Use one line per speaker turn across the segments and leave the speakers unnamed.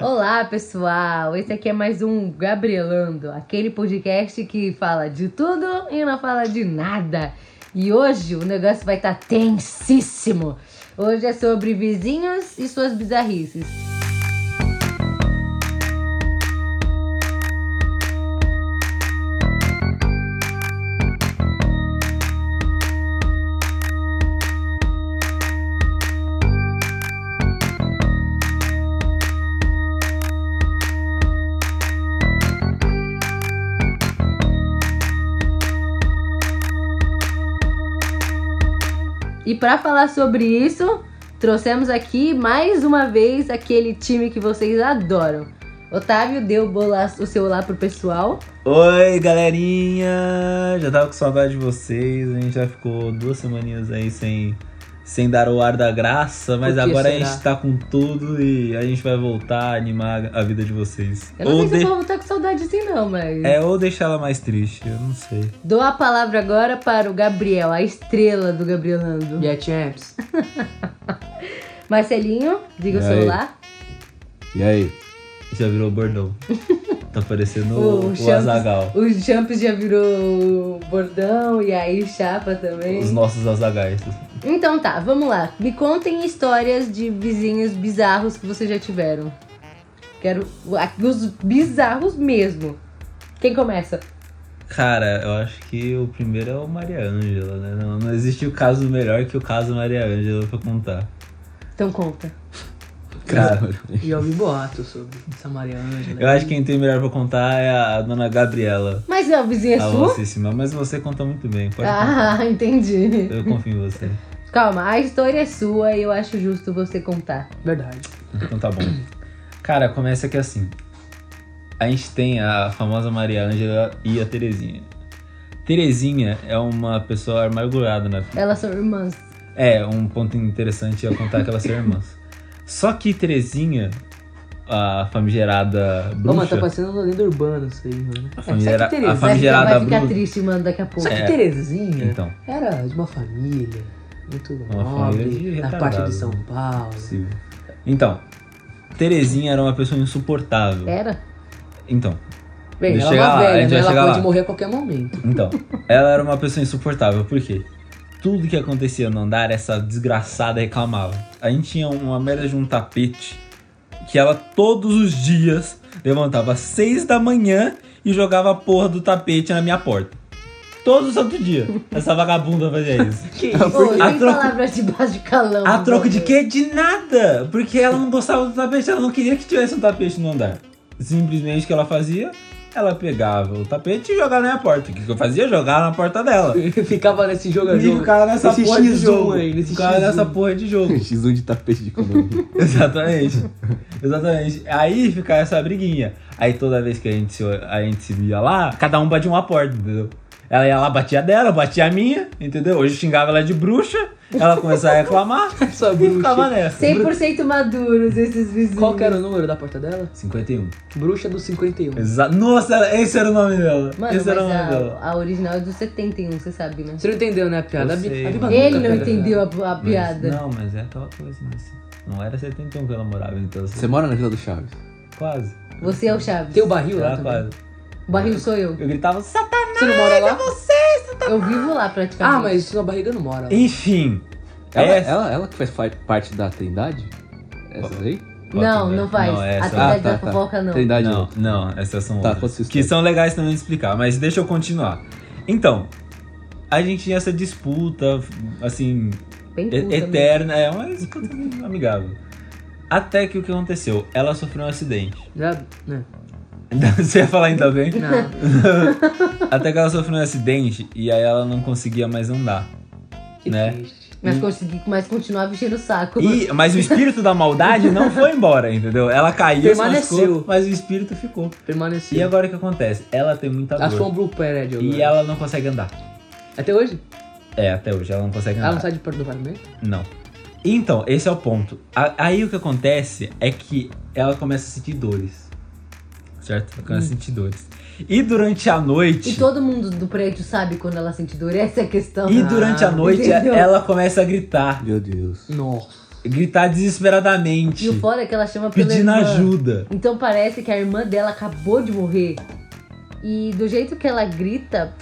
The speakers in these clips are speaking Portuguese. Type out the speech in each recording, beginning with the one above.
Olá, pessoal! Esse aqui é mais um Gabrielando, aquele podcast que fala de tudo e não fala de nada. E hoje o negócio vai estar tensíssimo. Hoje é sobre vizinhos e suas bizarrices. E para falar sobre isso, trouxemos aqui mais uma vez aquele time que vocês adoram. Otávio deu o bolá- o seu olá pro pessoal.
Oi, galerinha! Já tava com saudade de vocês. A gente já ficou duas semaninhas aí sem, sem dar o ar da graça, mas
que
agora
será?
a gente tá com tudo e a gente vai voltar a animar a vida de vocês.
Eu não sei
ou
se
de-
o povo tá com saudade assim não, mas...
É, ou deixar ela mais triste, eu não sei.
Dou a palavra agora para o Gabriel, a estrela do Gabrielando.
Yeah, champs.
Marcelinho, diga o
E
seu
aí?
olá.
E aí? Já virou bordão. tá parecendo
O
o, o
Champs.
Azagal.
O Champs já virou bordão e aí chapa também.
Os nossos Azagais.
Então tá, vamos lá. Me contem histórias de vizinhos bizarros que vocês já tiveram. Quero a- os bizarros mesmo. Quem começa?
Cara, eu acho que o primeiro é o Maria Ângela, né? Não, não existe o caso melhor que o caso Maria Ângela pra contar.
Então conta.
Cara,
E eu ouvi boatos sobre essa Maria Ângela.
Eu acho que quem tem melhor pra contar é a dona Gabriela.
Mas a vizinha é
a
sua?
vocíssima. Mas você conta muito bem, pode contar.
Ah, entendi.
Eu confio em você.
Calma, a história é sua e eu acho justo você contar.
Verdade.
Então tá bom. Cara, começa aqui assim. A gente tem a famosa Maria Ângela e a Terezinha. Terezinha é uma pessoa amargurada na vida.
Elas são irmãs.
É, um ponto interessante é contar que elas são irmãs. Só que Terezinha, a famigerada
Ô, mano, tá
bruxa...
parecendo uma lenda urbana isso aí, mano.
A, famigera-
Só que Terezinha-
Vai
a
ficar,
famigerada
vai ficar
bruxa...
triste, mano, daqui a pouco.
Só que
É.
Terezinha
Então,
era de uma família muito
Uma família de
nobre, na parte
retardado.
de São Paulo.
possível. Então, Terezinha era uma pessoa insuportável.
Era?
Então,
Bem,
Deixa
ela é
chegar
uma
lá, a
velha,
gente
né?
vai
Ela
chegar
pode
lá.
morrer a qualquer momento.
então, ela era uma pessoa insuportável, por quê? Tudo que acontecia no andar, essa desgraçada reclamava. A gente tinha uma merda de um tapete que ela todos os dias levantava às seis da manhã e jogava a porra do tapete na minha porta. Todo santo dia. Essa vagabunda fazia isso.
Que isso?
Ô,
A
tem
troco-
palavras de baixo de calão.
A troco de
mano.
quê? De nada! Porque ela não gostava do tapete, ela não queria que tivesse um tapete no andar. Simplesmente o que ela fazia, ela pegava o tapete e jogava na minha porta. O que que eu fazia? Jogava na porta dela.
Ficava nesse jogo a
E
jogo.
ficava nessa
Nesse
porra de
X1
jogo.
aí, nesse
Ficava
X1.
nessa porra de jogo.
X1 de tapete de condomínio.
Exatamente. Exatamente. Aí ficava essa briguinha. Aí toda vez que a gente se, a gente se via lá, cada um batia uma porta, entendeu? Ela ia lá, batia a dela, batia a minha, entendeu? Hoje eu xingava ela de bruxa, ela começava a reclamar
Sua
e ficava
bruxa.
nessa.
100% maduros esses vizinhos.
Qual que era o número da porta dela?
51.
Bruxa do 51.
Exato. um. Nossa, esse era o nome dela.
Mano,
esse era o
mas
nome dela.
a, a original é do 71, você sabe, né?
Você não entendeu, né, a piada?
Eu
A Bi-
sei,
a Bi
mano.
Baduca,
Ele não
cara.
entendeu a, a
Mas-
piada.
não, mas é aquela coisa, né? Não era 71 que ela morava, então.
Você mora na Vila do Chaves?
Quase.
Você é o Chaves.
Tem o barril lá
Era
também.
quase.
O barril sou eu.
Eu gritava, Satanás!
Você não mora lá?
Eu vivo lá
Ah,
praticamente.
mas sua barriga não mora né? lá.
Enfim.
Ela,
É
é
essa-
ela, ela que faz fa- parte da Trindade? Essas aí?
Não, não faz.
Não, essa-
a Trindade
Ah, tá,
da
tá.
fofoca não.
Trindade
Não,
outra.
não, essas são
Tá,
outras.
conta essa
um Que
história.
são legais também de explicar, mas deixa eu continuar. Então, a gente tinha essa disputa, assim,
Bem
E-
puta mesmo.
Eterna, é uma disputa amigável. Até que o que aconteceu? Ela sofreu um acidente. Então,
Já, né?
Você ia falar ainda bem?
Não.
Até que ela sofreu um acidente e aí ela não conseguia mais andar.
Que
Né?
triste.
Mas consegui, mas continuava enchendo o saco.
E, mas o espírito da maldade não foi embora, entendeu? Ela caiu,
Permaneceu.
se machucou, mas o espírito ficou. E
Permaneceu.
agora o que acontece? Ela tem muita dor.
Assombra o prédio.
E
né?
agora.
ela não consegue andar.
né, Até hoje?
É, até hoje ela não consegue andar.
Ela não sai de perto do apartamento?
Não. Então, esse é o ponto. A- aí o que acontece é que ela começa a sentir dores. Certo? Ela começa a sentir dores. E durante a noite.
Hum. E todo mundo do prédio sabe quando ela sente dor. Essa é a questão.
e durante a
Ah,
noite
entendeu?
ela começa a gritar.
Meu Deus.
Nossa.
gritar desesperadamente,
E o foda é que ela chama pela
pedindo
irmã.
ajuda.
Então parece que a irmã dela acabou de morrer. E do jeito que ela grita,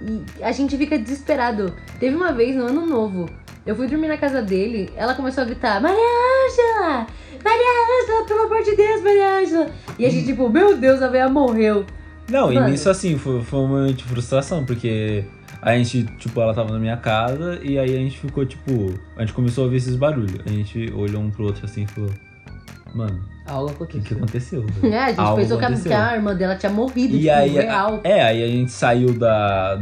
e a gente fica desesperado. Teve uma vez no ano novo, eu fui dormir na casa dele, ela começou a gritar: Maria Ângela! Maria Ângela, pelo amor de Deus, Maria Ângela! E a gente, tipo, meu Deus, a velha morreu.
Não,
Mano.
e nisso assim, foi, foi um momento de frustração, porque a gente, tipo, ela tava na minha casa e aí a gente ficou, tipo, a gente começou a ouvir esses barulhos. A gente olhou um pro outro assim e falou, mano,
Algo
o que, que
aconteceu.
aconteceu? velho?"
É, a gente
Algo
pensou que a- que
aconteceu.
a irmã dela tinha morrido,
E
tipo,
aí,
real.
é, aí a gente saiu da,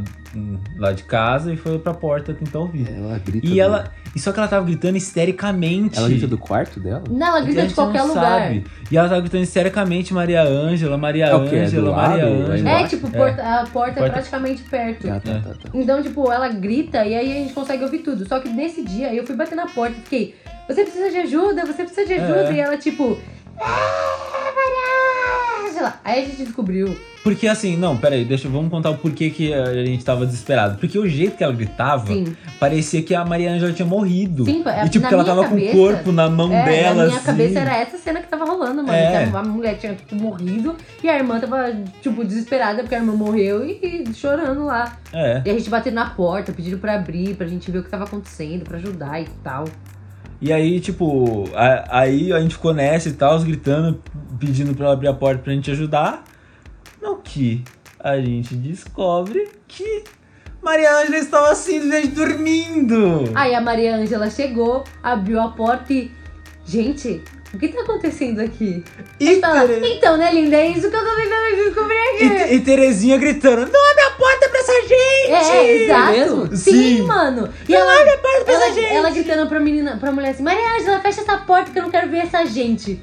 lá de casa e foi pra porta tentar ouvir.
É.
Ela grita.
E
do-
ela. E só que ela tava gritando histericamente.
Ela grita do quarto dela?
Não, ela
E a
grita de
gente não
qualquer lugar.
sabe. E ela tava gritando histericamente Maria Ângela, Maria
É o quê? É do
Ângela,
lado?
Maria
É
Ângela.
É,
Embaixo?
tipo,
É.
porta- a porta é
Porta-
praticamente perto.
Ah,
É.
tá, tá, tá.
Então, tipo, ela grita e aí a gente consegue ouvir tudo. Só que nesse dia eu fui bater na porta e fiquei, você precisa de ajuda, você precisa de ajuda.
É.
E ela, tipo, "Ah, Maria Ângela." Aí a gente descobriu.
Porque assim, não, peraí, deixa, vamos contar o porquê que a gente tava desesperado. Porque o jeito que ela gritava,
Sim,
parecia que a Maria Ângela tinha morrido.
sim. é,
e tipo,
na
que ela
minha
tava
cabeça,
com o corpo na mão
é,
dela,
Na minha
assim.
cabeça era essa cena que tava rolando, mano.
É.
Que a mulher tinha tipo, morrido e a irmã tava, tipo, desesperada porque a irmã morreu e, e chorando lá.
É.
E a gente batendo na porta, pedindo pra abrir, pra gente ver o que tava acontecendo, pra ajudar e tal.
E aí, tipo, a- aí a gente ficou nessa e tal, gritando, pedindo pra ela abrir a porta pra gente ajudar. No que a gente descobre que Maria Ângela estava simplesmente dormindo.
Aí a Maria Ângela chegou, abriu a porta e. Gente, o que tá acontecendo aqui?
e,
Aí fala,
Tere-
então, né, linda? É isso que eu tô vivendo descobrir aqui.
e, e Terezinha gritando: Não abre a porta pra essa gente!
É, exato.
mesmo?
Sim,
Sim.
mano. E ela, ela,
Abre pra essa gente!
ela gritando pra menina, pra mulher assim, Maria Ângela, fecha essa porta que eu não quero ver essa gente.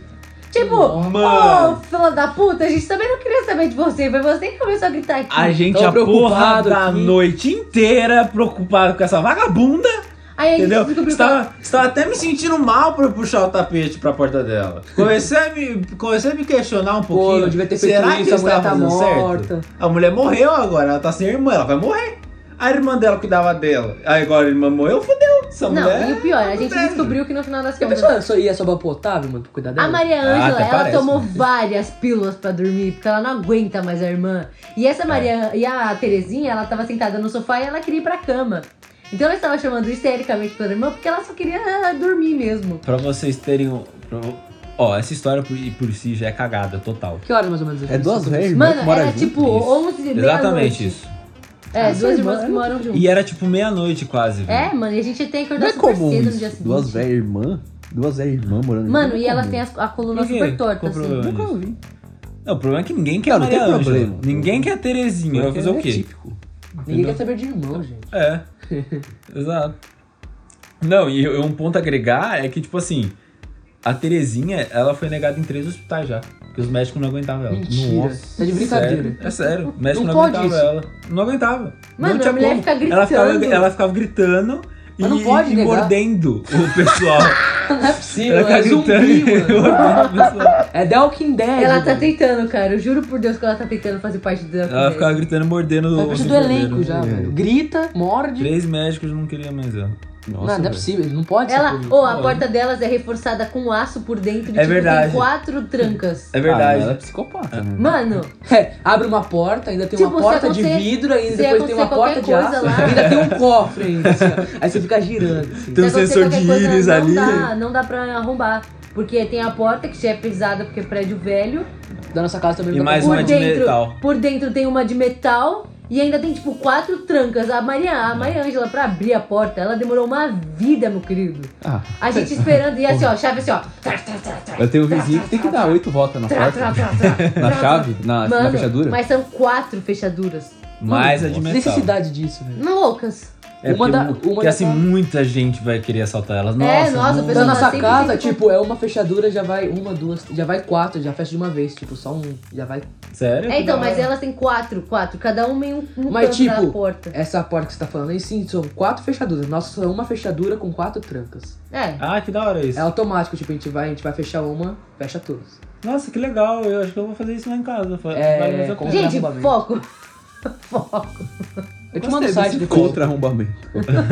Tipo, ô,
Mano.
fila da puta, a gente também não queria saber de você. Foi você que começou a gritar aqui.
A gente
Tô
a porra
preocupado
da
aqui.
noite inteira preocupado com essa vagabunda,
Aí a gente
entendeu?
descobriu que
Estava, estava até me sentindo mal por puxar o tapete pra porta dela. Comecei a me, comecei a me questionar um
Pô,
pouquinho.
eu devia ter feito
Será que
isso,
eu
a mulher
estava
tá
fazendo certo?
morta.
A mulher morreu agora, ela tá sem irmã, ela vai morrer. A irmã dela cuidava dela. Aí agora a irmã morreu, fodeu. Essa
Não,
mulher. tá
e o pior, a gente
acontece.
descobriu que no final das
Já
contas
pensou, ela só ia sobrar pro Otávio, mano, pra cuidar dela?
A Maria
Ah,
Ângela,
até
ela
parece,
tomou
né?
várias pílulas pra dormir, porque ela não aguenta mais a irmã. E essa Maria e a Terezinha, ela tava sentada no sofá e ela queria ir pra cama. Então ela estava chamando histericamente pela irmã porque ela só queria ah, dormir mesmo.
Pra vocês terem. um- pra- Ó, essa história por, por si já é cagada, total.
Que horas mais ou menos? tá
É duas vezes, irmã
Mano,
que mora
era
junto?
tipo
isso.
11 e meia
Exatamente isso.
É,
Ah,
duas
sua
irmãs
irmã,
que moram juntas.
E era tipo meia-noite quase, velho.
É, mano, e a gente tem que
Não
acordar
é
super
comum
cedo no
isso.
dia seguinte.
Duas velhas irmãs, duas velhas irmãs morando junto,
Mano,
não é
e elas
comum.
têm a, a coluna
Por quê?
super torta,
Qual o
assim.
problema?
Nunca ouvi.
Não, o problema é que ninguém quer
Não, não
Maria
tem
Ângela.
problema.
Ninguém quer Terezinha. Vai fazer o
É
quê?
típico.
Ninguém quer saber de irmão, gente.
É. Exato. Não, e eu- um ponto a agregar é que, tipo assim, a Terezinha, ela foi negada em três hospitais já. Porque os médicos não aguentavam ela.
Mentira. Tá de brincadeira.
Sério, é sério. O médico
Não
não,
pode
aguentava
isso.
ela. Não aguentava.
Mano,
não tinha
a mulher
como.
fica
Ela ficava,
gritando.
ela ficava gritando e,
Mas não pode
e
negar.
mordendo o pessoal.
Não é possível,
ela
é
ficava gritando
zumbi,
e
mano.
mordendo o pessoal.
É The Walking Dead.
Ela tá
mano.
tentando, cara. Eu juro por Deus que ela tá tentando fazer parte da
Ela ficava gritando e mordendo
Faz
o
parte Tá do
né?
elenco já,
É.
mano. Grita, morde.
Três médicos não queriam mais ela.
Nossa,
Mano, não, é
velho.
possível, não pode
Ela,
ser.
ou a
Olha.
porta delas é reforçada com aço por dentro.
É
tipo,
verdade.
Tem quatro trancas.
É
Ah,
verdade.
mas ela é psicopata, né?
Mano,
É, abre uma porta, ainda tem
Tipo,
uma
se
porta de
acontecer-
vidro, ainda
se
depois tem uma
acontecer qualquer
porta de aço,
coisa lá-
ainda tem um cofre ainda, assim, ó. Aí você fica girando, assim.
Tem um
se acontecer
sensor de
qualquer coisa,
íris
não
ali.
Dá, não dá pra arrombar. Porque tem a porta que já é pesada porque é prédio velho.
Da nossa casa também
E
não dá
mais
pra-
por
uma de
dentro,
metal.
Por dentro tem uma de metal. E ainda tem, tipo, quatro trancas. A Maria, a Maria Ângela, pra abrir a porta, ela demorou uma vida, meu querido.
Ah,
A gente esperando. E assim, ó, chave assim, ó. Tra, tra, tra, tra,
eu tenho um
tá,
vizinho que tem que dar oito voltas na
tra, tra,
porta.
tra, tra,
Na
tra,
chave? Na,
Ah,
tra.
na
tá. Mano,
fechadura?
Mas são quatro fechaduras.
Mais a de metal.
Necessidade disso, velho.
Loucas.
É
Uma
porque,
da-
mu-
uma
porque,
da-
assim, muita gente vai querer assaltar elas. Nossa,
É, nossa,
muita-
pessoal
Na
tá
nossa
sempre
casa,
tentando-
tipo, é uma fechadura, já vai uma, duas, já vai quatro, já fecha de uma vez, tipo, só um, já vai.
Sério?
É, então,
Que né? da
mas
hora.
elas têm quatro, quatro. Cada uma em um, um
Mas,
canto
tipo,
da porta.
Essa porta que você tá falando aí, sim, são quatro fechaduras. Nossa, só é uma fechadura com quatro trancas.
É.
Ah, que da hora isso.
É automático, tipo, a gente vai, a gente vai fechar uma, fecha todas.
Nossa, que legal. Eu acho que eu vou fazer isso lá em casa. Fa-
É,
vale mais a
com-
pena.
Gente,
arrombamento.
foco. foco.
Eu te mando o site depois.
Contra arrombamento.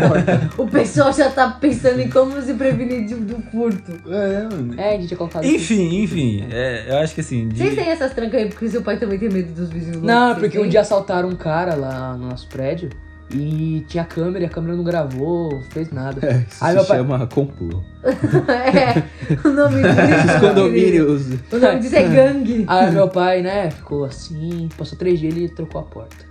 O pessoal já tá pensando em como se prevenir de- do furto.
É, mano.
É, a gente tinha colocado. aqui.
Enfim, enfim. é, eu acho que assim.
Vocês
De...
têm essas trancas aí porque seu pai também tem medo dos vizinhos loucos, assim.
Não, é
vocês
porque um
têm?
dia assaltaram um cara lá no nosso prédio e tinha câmera, e a câmera não gravou, fez nada.
É, isso
Aí
se
meu pai-
chama complô.
é, o nome
Esses
disso.
condomínios.
O nome disso é gangue.
Aí meu pai, né, ficou assim, passou três dias e ele trocou a porta.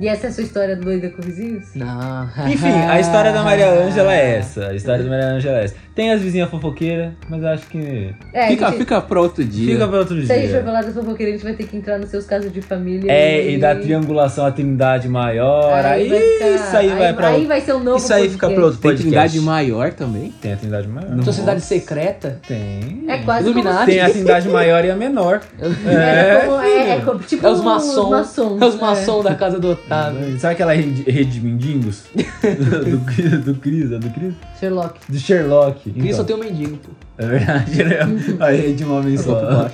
E essa é a sua história doida com vizinhos?
Não.
Enfim,
Ah.
a história da Maria Ângela é essa. A história da Maria Ângela é essa. Tem as vizinhas fofoqueiras, mas eu acho que.
É, a
Fica,
gente-
fica pra outro dia.
Fica pra outro
se a gente for
dia.
falar da fofoqueira, a gente vai ter que entrar nos seus casos de família.
É, e da triangulação à trindade maior. Aí,
vai ficar-
isso aí, vai pra
Aí
outro.
vai ser um novo
Isso aí fica
podcast.
pra
Então
outro
Tem
podcast.
trindade maior também?
Tem a trindade maior.
Sociedade secreta?
Tem.
É quase
Iluminati.
Tem a trindade maior e a menor.
como... É, como, é, é como- tipo
É os maçons.
Os maçons. né?
É os maçons da casa do Otávio.
É. Sabe aquela rede, rede de mendigos? do, Cris- do Cris, é do Cris?
é. Sherlock.
Do Sherlock.
Cria só
Então,
tem um mendigo, pô.
É verdade, né? A rede de um homem só.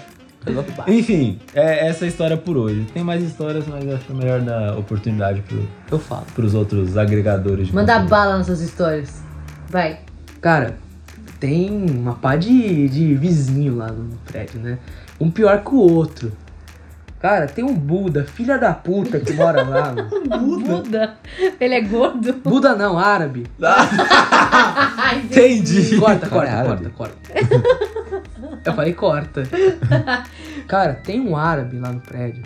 Pegou pro bar.
Enfim, é essa a história por hoje. Tem mais histórias, mas acho é melhor dar oportunidade pro,
Eu falo.
pros outros agregadores. de
Manda
conteúdo.
bala nas suas histórias. Vai.
Cara, tem uma pá de, de vizinho lá no prédio, né? Um pior que o outro. Cara, tem um Buda, filha da puta, que mora lá. mano.
Buda. Ele é gordo?
Buda não, árabe.
Ai,
Entendi!
Corta,
Cara, é
corta,
árabe.
corta, corta. Eu falei corta. Cara, tem um árabe lá no prédio.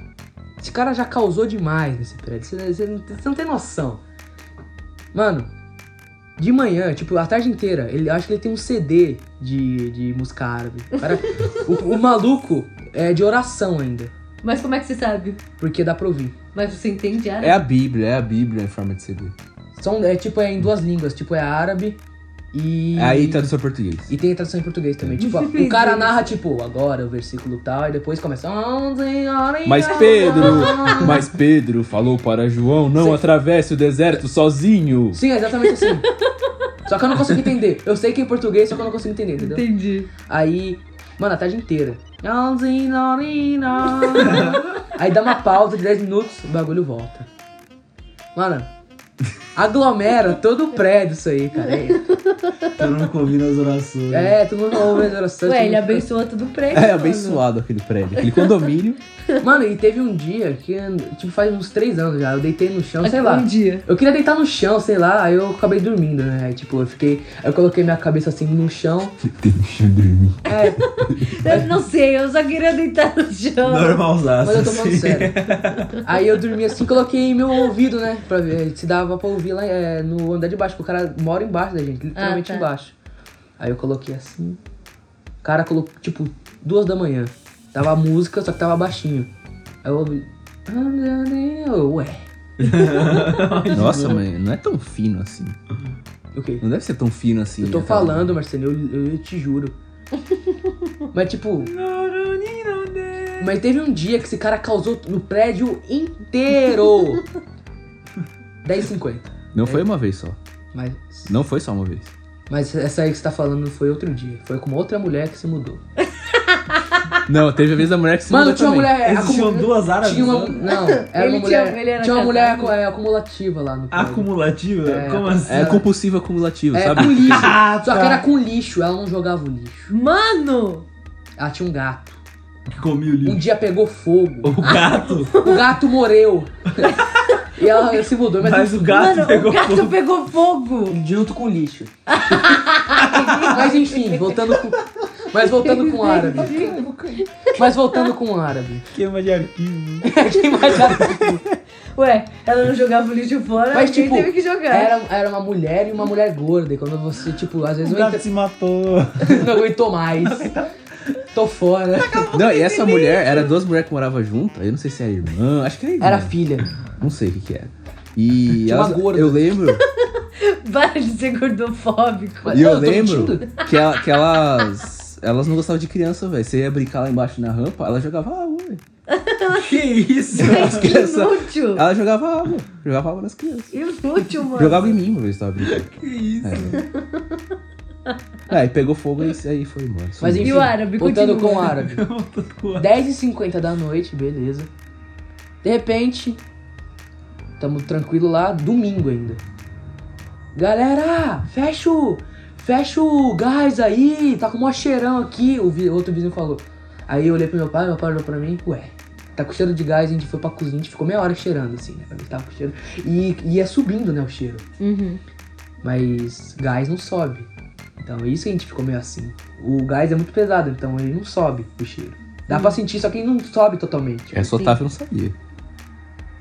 Esse cara já causou demais nesse prédio. Você, você não, você não tem noção. Mano, de manhã, tipo, a tarde inteira, ele eu acho que ele tem um CD de, de música árabe. O, cara- o- o maluco é de oração ainda.
Mas como é que você sabe?
Porque dá pra ouvir.
Mas você entende árabe?
É a Bíblia, é a Bíblia em forma de CD.
São, é tipo, é em duas línguas. Tipo, é árabe e.
Aí tá do seu português.
E tem a tradução em português também. Tipo, ó,
Difícil
o cara
isso.
narra, tipo, agora o versículo tal, e depois começa.
Mas Pedro, mas Pedro falou para João,
Ah.
não
Sim.
atravesse o deserto sozinho.
Sim, é exatamente assim. só que eu não consigo entender. Eu sei que é em português, só que eu não consigo entender, entendeu?
Entendi.
Aí, mano, a tarde inteira. Aí dá uma pausa de 10 minutos, o bagulho volta. Mano, aglomera todo o prédio isso aí, cara.
Eu não combino as orações.
É, todo mundo ouve as orações. todo
Ué, ele
mundo fica-
abençoa tudo pra ele.
É
mano.
abençoado aquele prédio, aquele condomínio.
Mano, e teve um dia que, tipo, faz uns 3 anos já, eu deitei no chão, sei lá.
Um dia.
Eu queria deitar no chão, sei lá, aí eu acabei dormindo, né? Aí, tipo, eu fiquei. Eu coloquei minha cabeça assim no chão. É,
Eu não sei, eu só queria deitar no chão.
Normalzaço.
mas eu tô falando
assim.
sério. Aí eu dormi assim, coloquei meu ouvido, né? Pra ver se dava pra ouvir lá é, no andar de baixo, porque o cara mora embaixo da gente, literalmente
Ah, tá.
embaixo. Aí eu coloquei assim. O cara colocou, tipo, duas da manhã. Tava a música, só que tava baixinho. Aí eu ouvi. Eu, Ué,
Nossa, mãe, não é tão fino assim.
o quê?
Não deve ser tão fino assim.
Eu tô
aquela-
falando, Marcelo, eu, eu te juro. Mas tipo. Mas teve um dia que esse cara causou no prédio inteiro. 10,50.
Não foi uma vez só.
Mas,
Não foi só uma vez.
mas essa aí que você tá falando foi outro dia. Foi com uma outra mulher que se mudou.
Não, teve a vez da mulher que se
Mano,
mudou
tinha uma
também.
mulher.
Existiam
É, acumula-
duas árabes
Tinha uma.
né?
Não, era
Ele
uma
tinha-
mulher.
ele era
Tinha uma mulher
casado.
acu- é, acumulativa lá no prédio.
acumulativa?
É,
Como assim?
É compulsivo acumulativo,
É,
sabe?
com lixo.
Ah,
Só que
tá.
era com lixo, ela não jogava o lixo.
Mano!
Ela tinha um gato.
Que comi o
Um
livro.
dia pegou fogo.
O gato.
O gato morreu. e ela se mudou,
Mas
mas,
o gato
Mano,
pegou
o gato
fogo.
pegou fogo!
junto com o lixo. mas enfim, voltando com. Mas voltando com o árabe. Mas voltando com o árabe.
Queima de arquivo.
Quem mais árabe?
Ué, ela não jogava o lixo fora,
Mas,
alguém
tipo,
teve que jogar.
Era, era uma mulher e uma mulher gorda. E quando você, tipo, às vezes
O
eu
gato
entra...
se matou.
não aguentou Tá mais. Tô fora.
Não, e essa mulher, era duas mulheres que moravam junto. Aí eu não sei se era irmã, acho que era irmã.
Era filha.
Não sei o que que era. E
Tinha uma
elas-
gorda.
eu lembro,
Para de ser gordofóbico.
e eu
tô
lembro
mentindo?
que, ela- que elas elas não gostavam de criança, velho. Você ia brincar lá embaixo na rampa, ela jogava água, velho.
que isso?
As crianças-
Inútil!
Ela jogava água, jogava água nas crianças.
Inútil, mano.
Jogava em mim, uma vez tava brincando. É.
Que isso?
Aí pegou fogo e aí foi, mano.
Mas enfim,
E o árabe?
voltando
Continua.
com o árabe. 10h50 da noite, beleza. De repente, Tamo tranquilo lá, domingo ainda. Galera, fecha o, fecha o gás aí, tá com mó cheirão aqui. O vi- outro vizinho falou. Aí eu olhei pro meu pai, meu pai olhou pra mim, ué, tá com cheiro de gás, a gente foi pra cozinha, a gente ficou meia hora cheirando assim, né? Pra ver se tava com cheiro. E e ia subindo, né, o cheiro.
Uhum.
Mas gás não sobe. Então é isso que a gente ficou meio assim. O gás é muito pesado, então ele não sobe o cheiro. Dá pra sentir, só que ele não sobe totalmente.
Sim.
Essa Otávio não sabia.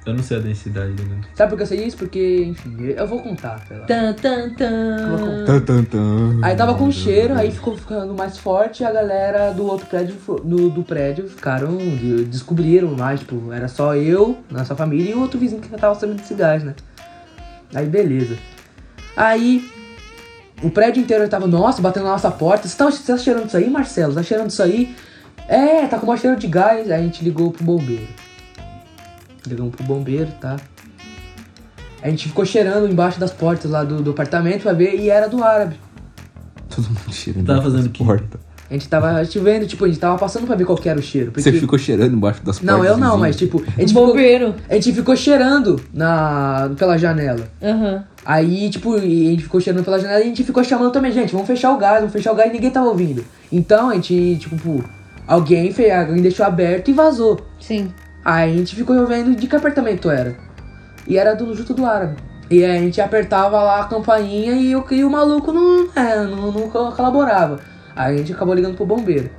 Eu não sei a densidade né? do vento.
Sabe por que eu sei isso? Porque, enfim, eu- eu vou contar, sei lá.
Tan, tan,
Eu vou
tan.
contar.
Tan, tan, tan.
Aí tava com cheiro, aí ficou ficando mais forte, a galera do outro prédio, fo- no- do prédio ficaram, de- descobriram lá, tipo, era só eu, nossa família e o outro vizinho que tava sabendo desse gás, né? Aí beleza. Aí o prédio inteiro tava, nossa, batendo na nossa porta, você tá, você tá cheirando isso aí, Marcelo? Tá cheirando isso aí? É, tá com maior cheiro de gás. Aí a gente ligou pro bombeiro. Ligamos pro bombeiro, tá? A gente ficou cheirando embaixo das portas lá do, do apartamento pra ver, e era do árabe.
Todo mundo cheirando.
Tava
embaixo
fazendo
das
quê?
portas.
A gente tava te vendo, tipo, a gente tava passando pra ver qual que era o cheiro. Porque...
Você ficou cheirando embaixo das portas?
Não, eu não,
vizinho?
mas tipo, a gente, ficou,
Bombeiro.
a gente ficou cheirando na... pela janela.
Aham.
Aí, tipo, e a gente ficou cheirando pela janela e a gente ficou chamando também, gente, vamos fechar o gás, vamos fechar o gás e ninguém tava ouvindo. Então a gente, tipo, pô, alguém, fe... alguém deixou aberto e vazou.
Sim.
Aí a gente ficou vendo de que apartamento era. E era do junto do árabe. E aí a gente apertava lá a campainha e o, e o maluco não, é, não, não co- colaborava. Aí a gente acabou ligando pro bombeiro.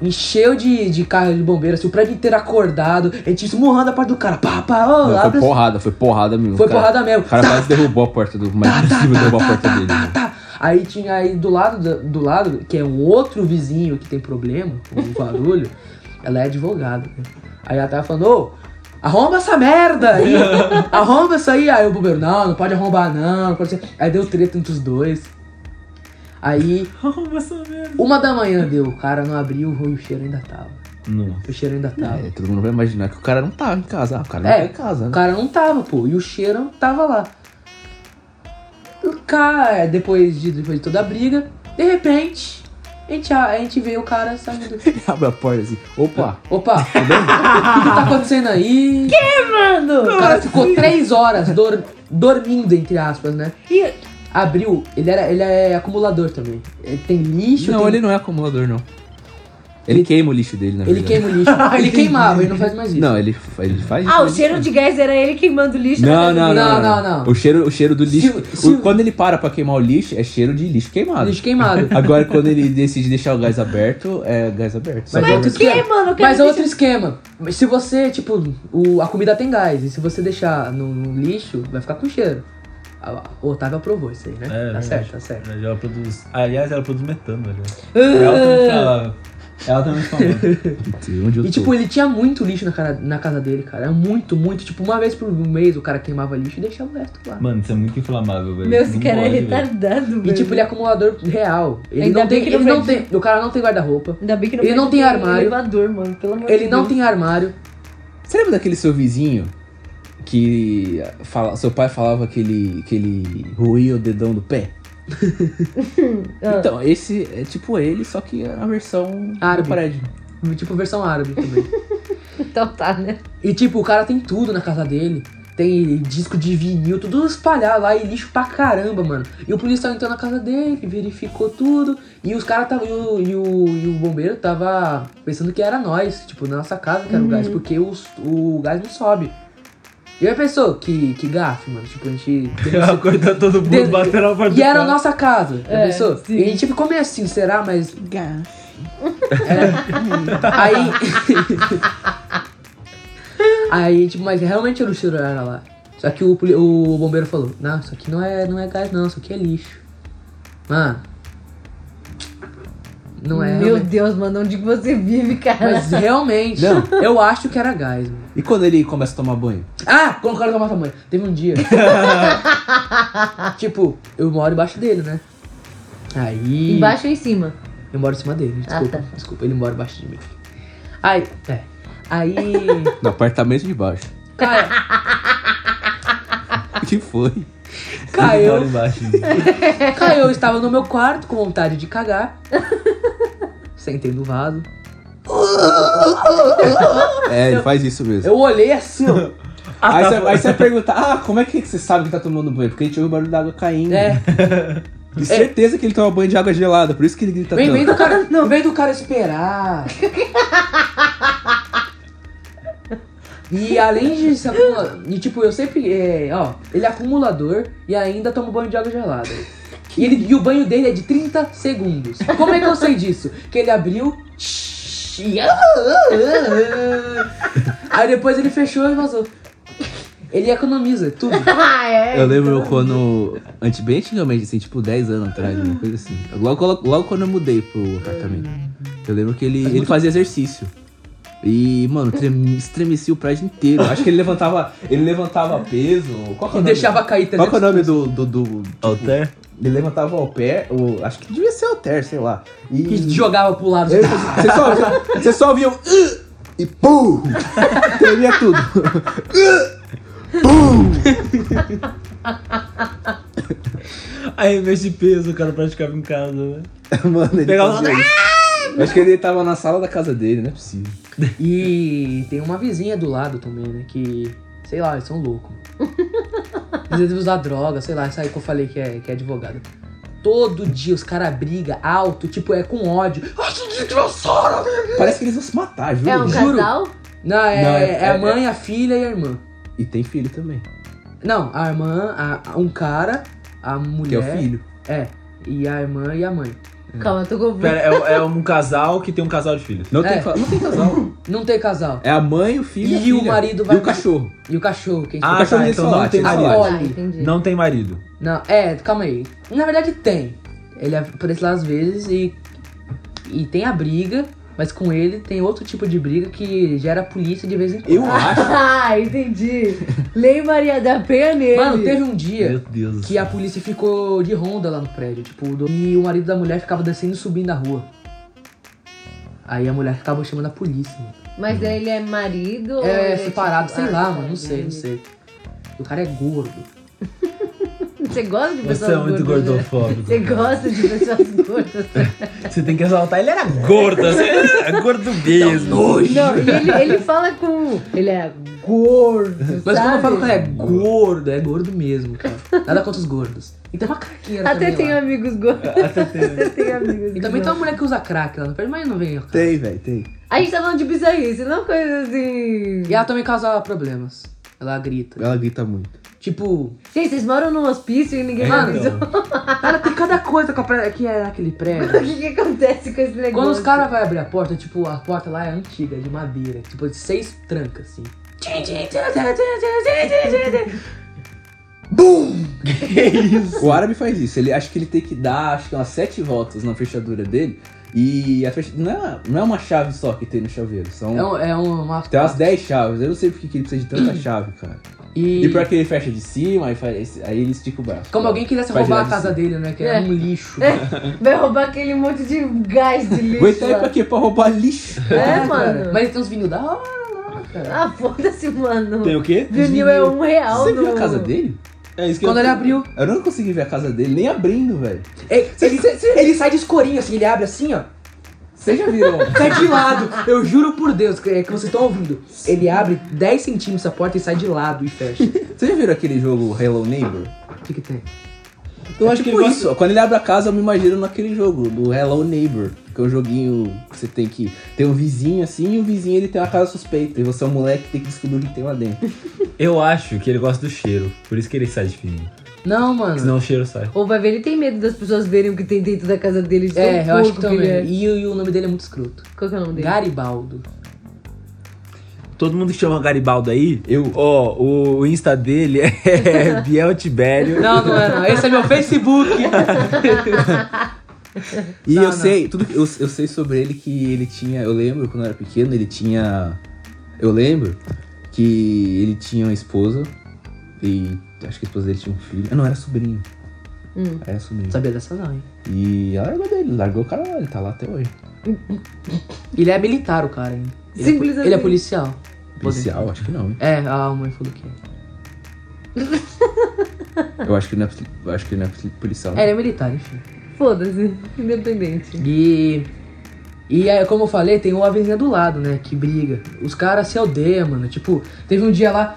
Encheu de, de carro de bombeiro, assim, o prédio inteiro acordado, a gente esmurrando a porta do cara. Pá, pá, ô,
Não,
abre
foi
essa-
porrada, foi porrada mesmo.
assim. Foi
O cara-
porrada mesmo.
O cara quase derrubou a porta do. Mas
Tá,
não
tá,
conseguiu
tá,
derrubar a
tá,
porta
tá,
dele.
tá,
né?
tá. Aí tinha aí do lado, da- do lado, que é um outro vizinho que tem problema com o barulho, ela é advogada. né? Aí ela tava falando, ô, arromba essa merda aí, arromba isso aí. Aí o bombeiro, não, não pode arrombar não, não pode ser. Aí deu treta entre os dois. Aí,
Arruma essa merda.
uma da manhã deu, o cara não abriu, o cheiro ainda tava.
Não.
O cheiro ainda tava.
É, todo mundo vai imaginar que o cara não tava em casa. Ah, o cara não
É,
tá em casa,
O
né?
cara não tava, pô. E o cheiro não tava lá. O cara, é, depois de, depois de toda a briga, de repente, a gente, a gente vê o cara saindo.
Abre a porta assim. Opa!
Opa, tudo bem? o que tá acontecendo aí? O
Mano!
cara ficou três horas dor- dormindo, entre aspas, né?
E
Abriu, ele, era, ele é acumulador também. Ele tem lixo,
Não,
tem-
ele não é acumulador, não. Ele queima o lixo dele, na
ele
verdade.
queima o lixo. ele queimava, ele não faz mais isso.
Não, ele, ele faz
Ah, o
ele-
cheiro de gás era ele queimando lixo. na
Não, não,
casa
não, não,
Não,
não,
não, não.
O cheiro, o cheiro do lixo.
Se- se-
o- quando ele para pra queimar o lixo, é cheiro de lixo queimado.
Lixo queimado.
Agora, quando ele decide deixar o gás aberto, é gás aberto. Só
Mas
que
outro
dele.
esquema.
Que, mano? Eu quero
Mas é
ver-
outro esquema. Se você, tipo, o- a comida tem gás, e se você deixar no, no lixo, vai ficar com cheiro. A- O Otávio aprovou isso aí, né?
É,
tá
verdade.
certo, tá certo.
Verdade, Ela produz. Aliás, ela produz metano, né? É aliás. Ela também
Ah.
falava. Ela também falava.
não sei onde eu
E
tô.
tipo, ele tinha muito lixo na, cara- na casa dele, cara. É muito, muito. Tipo, uma vez por mês o cara queimava lixo e deixava o resto lá.
Mano, isso é muito inflamável, velho.
Meu,
Não
esse cara é
pode, velho.
retardado,
E
velho.
tipo, ele é acumulador real. Ele
Ainda
não
bem
tem.
que não
Ele não
fede.
tem. O cara não tem guarda-roupa.
Ainda bem que não
ele não
pode
tem
ter
armário.
elevador, mano. Pelo amor
Ele
de
não
Deus.
tem armário.
Você lembra daquele seu vizinho que ah, fala- seu pai falava que ele, que ele roía o dedão do pé?
Ah.
Então, esse é tipo ele, só que é a versão
Árabe.
do prédio.
Tipo, versão árabe também.
Então tá, né?
E tipo, o cara tem tudo na casa dele. Tem disco de vinil, tudo espalhado lá e lixo pra caramba, mano. E o policial entrou na casa dele, verificou tudo. E os caras tava. E o, e, o, e o bombeiro tava pensando que era nós, tipo, na nossa casa que era
Uhum.
o gás, porque os, o gás não sobe. E aí pensou, que, que gafe, mano. Tipo, a gente.
Ela acordou todo mundo,
Dentro-
bateu na porta
E
do
era a
carro.
nossa casa, já
É,
pensou?
sim.
E a gente ficou meio assim, será? Mas. Aí. aí, tipo, mas realmente era o cheiro era lá. Só que o, poli- o bombeiro falou, não, isso aqui não é, não é gás não, isso aqui é lixo. Mano. Não é.
Meu
realmente-
Deus, mano, onde que você vive, cara?
Mas realmente,
Não.
eu acho que era gás, mano.
E quando ele começa a tomar banho?
Ah, quando o cara tomar tamanho. Teve um dia. tipo, eu moro embaixo dele, né? Aí.
Embaixo ou em cima?
Eu moro em cima dele,
Ah,
desculpa.
tá.
Desculpa, ele mora embaixo de mim. Aí. É. Aí.
No apartamento de baixo.
Cara,
O que foi?
Ele
caiu. É,
mora embaixo.
Caiu, eu estava no meu quarto com vontade de cagar. Sentei no vaso.
É, ele faz isso mesmo.
Eu olhei assim, ó.
Aí você, aí você vai perguntar, ah, como é que você sabe que tá tomando banho? Porque a gente ouve o barulho da água caindo.
É,
Tenho certeza que ele toma banho de água gelada, por isso que ele grita
vem,
tanto.
vem do cara, não, vem do cara esperar. E além disso, acumula- e tipo, eu sempre, é, ó, ele é acumulador e ainda toma banho de água gelada. E, ele- e o banho dele é de 30 segundos. Como é que eu sei disso? Que ele abriu. e- Aí depois ele fechou e vazou. Ele economiza tudo.
Ah, é.
Eu lembro quando. antes- Bem antigamente, assim, tipo 10 anos atrás, uma coisa assim. Logo, logo- logo quando eu mudei pro apartamento. Eu lembro que ele, ele fazia exercício. E, mano, trem- estremecia o prédio inteiro. Acho que ele levantava. Ele levantava peso. Qual que é o
E
nome?
deixava cair
Qual que é o
também.
nome do. do, do-
Alter?
ele levantava o pé. O, acho que devia ser alter, sei lá. E.
Que jogava pro lado.
Ele- Você só, você só ouvia um. "Ugh", E pum! Tremia tudo.
Aí, em vez de peso, o cara praticava em casa, né?
Mano, ele
Pegava-
fazia isso. Eu Acho que ele tava na sala da casa dele, não é possível.
E tem uma vizinha do lado também, né? Que, sei lá, eles são loucos. Eles devem usar droga, sei lá, isso aí que eu falei que é, que é advogado. Todo dia os caras brigam alto, tipo, é com ódio. Ah, que desgraçada!
Parece que eles vão se matar, juro.
É um
Juro.
casal?
Não, é,
Não, é-
é, a
é-
mãe, a filha e a irmã.
E tem filho também,
Não, a irmã, a- a- um cara, a mulher.
que é o filho.
É, e a irmã e a mãe.
Calma, eu tô confuso.
Pera, é, é um casal que tem um casal de filhos.
Não,
É.
tem, fa- não tem casal.
Não tem casal.
É a mãe, o filho
E
a filha.
o marido
E
vai-
o cachorro.
E o cachorro, que a gente
o
Ah,
cachorro
tá,
dele
então
só
não
late,
tem
ele só
marido.
late.
Ah,
olhe.
entendi.
Não tem marido.
Não, é, calma aí. Na verdade tem. Ele é por esse lado às vezes e. E tem a briga, mas com ele tem outro tipo de briga que gera polícia de vez em quando.
Eu acho.
Ah, entendi. Lei Maria da Penha nele.
Mano, teve um dia
Deus.
que a polícia ficou de ronda lá no prédio, tipo, do- e o marido da mulher ficava descendo e subindo a rua. Aí a mulher ficava chamando a polícia, mano.
Mas ele é marido? ou ele
É, separado,
tipo-
sei
Ah,
lá,
tá,
mano, não sei, não
entendi.
sei. O cara é gordo.
Você gosta de pessoas
Você é muito
gordas, né?
gordofóbico.
Você gosta de pessoas gordas.
Você tem que exaltar. Ele era gordo, assim, ele era um gordo mesmo.
Não, e ele, ele fala com... Ele é gordo,
Mas quando eu
sabe?
falo que ele é gordo, é gordo mesmo, cara. Nada contra os gordos. E tem uma craqueira
Até
também
tem
lá.
amigos gordos.
Até teve.
Até tem amigos
E também tem
gordos.
uma mulher que usa crack lá, no prédio, mas não vem. ao caso.
Tem, velho, tem.
A gente tá falando de bizarrice, não coisa assim...
E ela também causa problemas. Ela grita.
Ela grita muito.
Tipo,
Gente, vocês moram num hospício e ninguém
É,
avisou.
então.
ela tem cada coisa com a pré- que é naquele
O
prédio.
que, que acontece com esse negócio?
Quando os caras vão abrir a porta, tipo, a porta lá é antiga, de madeira. Tipo, de seis trancas, assim.
O árabe faz isso. Ele acho que ele tem que dar acho que umas sete voltas na fechadura dele. E a fecha... não, é, não é uma chave só que tem no chaveiro. São...
É, um, é um- uma...
Tem umas 10 chaves. Eu não sei porque que ele precisa de tanta chave, cara.
E,
E pior que ele fecha de cima, aí, faz... aí ele estica o braço.
como alguém quisesse
Faz assim.
roubar
girar
a
de
casa
cima.
dele, né? Que é,
É.
um lixo.
Vai roubar aquele monte de gás de lixo.
Aguenta aí
lá.
pra quê? Pra roubar lixo.
É,
cara.
mano.
Mas ele tem uns vinil da hora lá, cara.
Ah, foda-se, mano.
Tem o quê?
Vinil é um real.
Você
no...
viu a casa dele?
É isso que
um
Quando
eu...
ele abriu...
Eu não consegui ver a casa dele, nem abrindo, velho.
Ele, ele- ele sai de escorinho, assim, ele abre assim, ó.
Você já viu?
Sai Tá de lado, eu juro por Deus que, é que vocês estão ouvindo. Ele abre 10 centímetros a porta e sai de lado e fecha. O
Vocês já viram aquele jogo Hello Neighbor?
que, que tem?
Eu
É
acho que
tipo
ele
isso.
gosta- Quando ele abre a casa, eu me imagino naquele jogo, do Hello Neighbor. Que é um joguinho que você tem que ter um vizinho assim, e o vizinho ele tem uma casa suspeita. E você é um moleque que tem que descobrir o que tem lá dentro.
eu acho que ele gosta do cheiro. Por isso que ele sai de fininho.
Não, mano.
Senão o cheiro sai.
Ou vai ver, ele tem medo das pessoas verem o que tem dentro da casa dele. de
É,
tão
eu acho que
porco ele
também.
é.
E, o- e o nome dele é muito escroto.
Qual que é o nome dele?
Garibaldo.
Todo mundo que chama Garibaldo aí,
Eu.
ó, o Insta dele é Biel Tibério.
Não, não é, não. Esse é meu Facebook.
E
Não,
eu
não.
sei, tudo que- eu, eu sei sobre ele que ele tinha. Eu lembro quando eu era pequeno, ele tinha. Eu lembro que ele tinha uma esposa. E acho que a esposa dele tinha um filho. Ah, não, era sobrinho.
Hum.
Era sobrinho.
Não sabia dessa, não, hein?
E ela largou dele, largou o cara lá, ele tá lá até hoje.
Ele é militar, o cara, hein? Ele é
Simples
poli- Ele é
assim.
policial.
Policial, acho que não, hein?
É, a mãe falou que é.
Eu acho que não é, poli- eu acho que não é poli- policial.
É, ele é militar, enfim.
Foda-se. Independente.
E. E aí, como eu falei, tem o Avenida do lado, né? Que briga. Os caras se odeiam, mano. Tipo, teve um dia lá.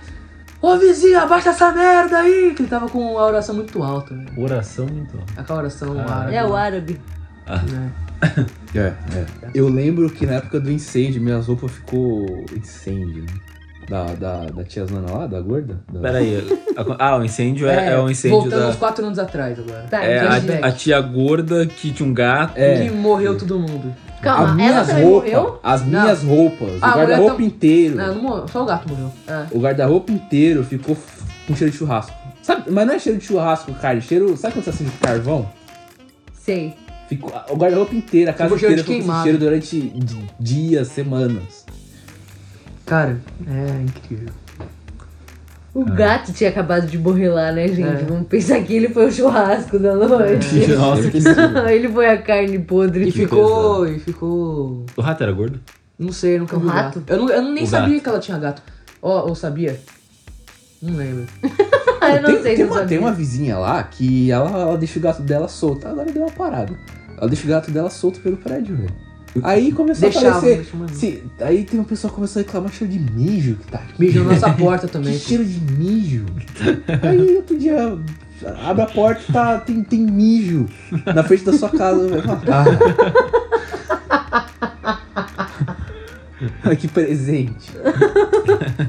Ô vizinho, abaixa essa merda aí! Que ele tava com a oração muito alta, velho.
Oração muito.
Aquela oração
Ah.
árabe.
É o árabe.
né?
É, é. Eu lembro que na época do incêndio, minhas roupas ficou incêndio, né? Da, da, da tia Zana lá, da gorda? Da...
Pera aí. a- Ah, o incêndio é, é, o incêndio
Voltando
da.
uns quatro anos atrás agora.
Tá,
É
gente.
a, a tia gorda que tinha um gato.
É.
Que morreu todo mundo.
as
Calma, ela
minhas
também morreu?
roupas, as minhas roupas,
Ah,
o
a mulher
guarda-roupa
tam-
inteiro,
Não, não morreu, só o gato morreu.
É.
o guarda-roupa inteiro ficou f- com cheiro de churrasco. Sabe, mas não é cheiro de churrasco, cara, é cheiro, sabe quando você acende carvão?
Sei.
Ficou o guarda-roupa inteiro, a casa
Ficou cheiro
inteira
de
ficou com
queimado.
esse cheiro durante d- dias, semanas.
Cara, é incrível.
O gato tinha acabado de morrer lá, né, gente?
É.
Vamos pensar que ele foi o churrasco da noite.
Nossa, que.
ele foi a carne
E
podre.
Que
ficou. E ficou.
O rato era gordo?
Não sei, eu nunca
O
vi
rato?
gato. Eu, não, eu nem
O
sabia
gato.
que ela tinha gato. Ó, ou sabia? Não lembro.
Ah, eu não
tem,
sei se
tem
eu
uma,
sabia.
tem uma vizinha lá que ela, ela deixa o gato dela solto. Agora deu uma parada. Ela deixa o gato dela solto pelo prédio, velho. Aí começou
Deixava,
a aparecer.
deixa, mano.
Se- aí tem um pessoal que começou a reclamar cheiro de mijo que tá aqui.
Mijou na nossa porta também.
né? Que cheiro de mijo. aí outro dia abre a porta e tá, tem, tem mijo na frente da sua casa, velho. Fala, "Ah." que presente.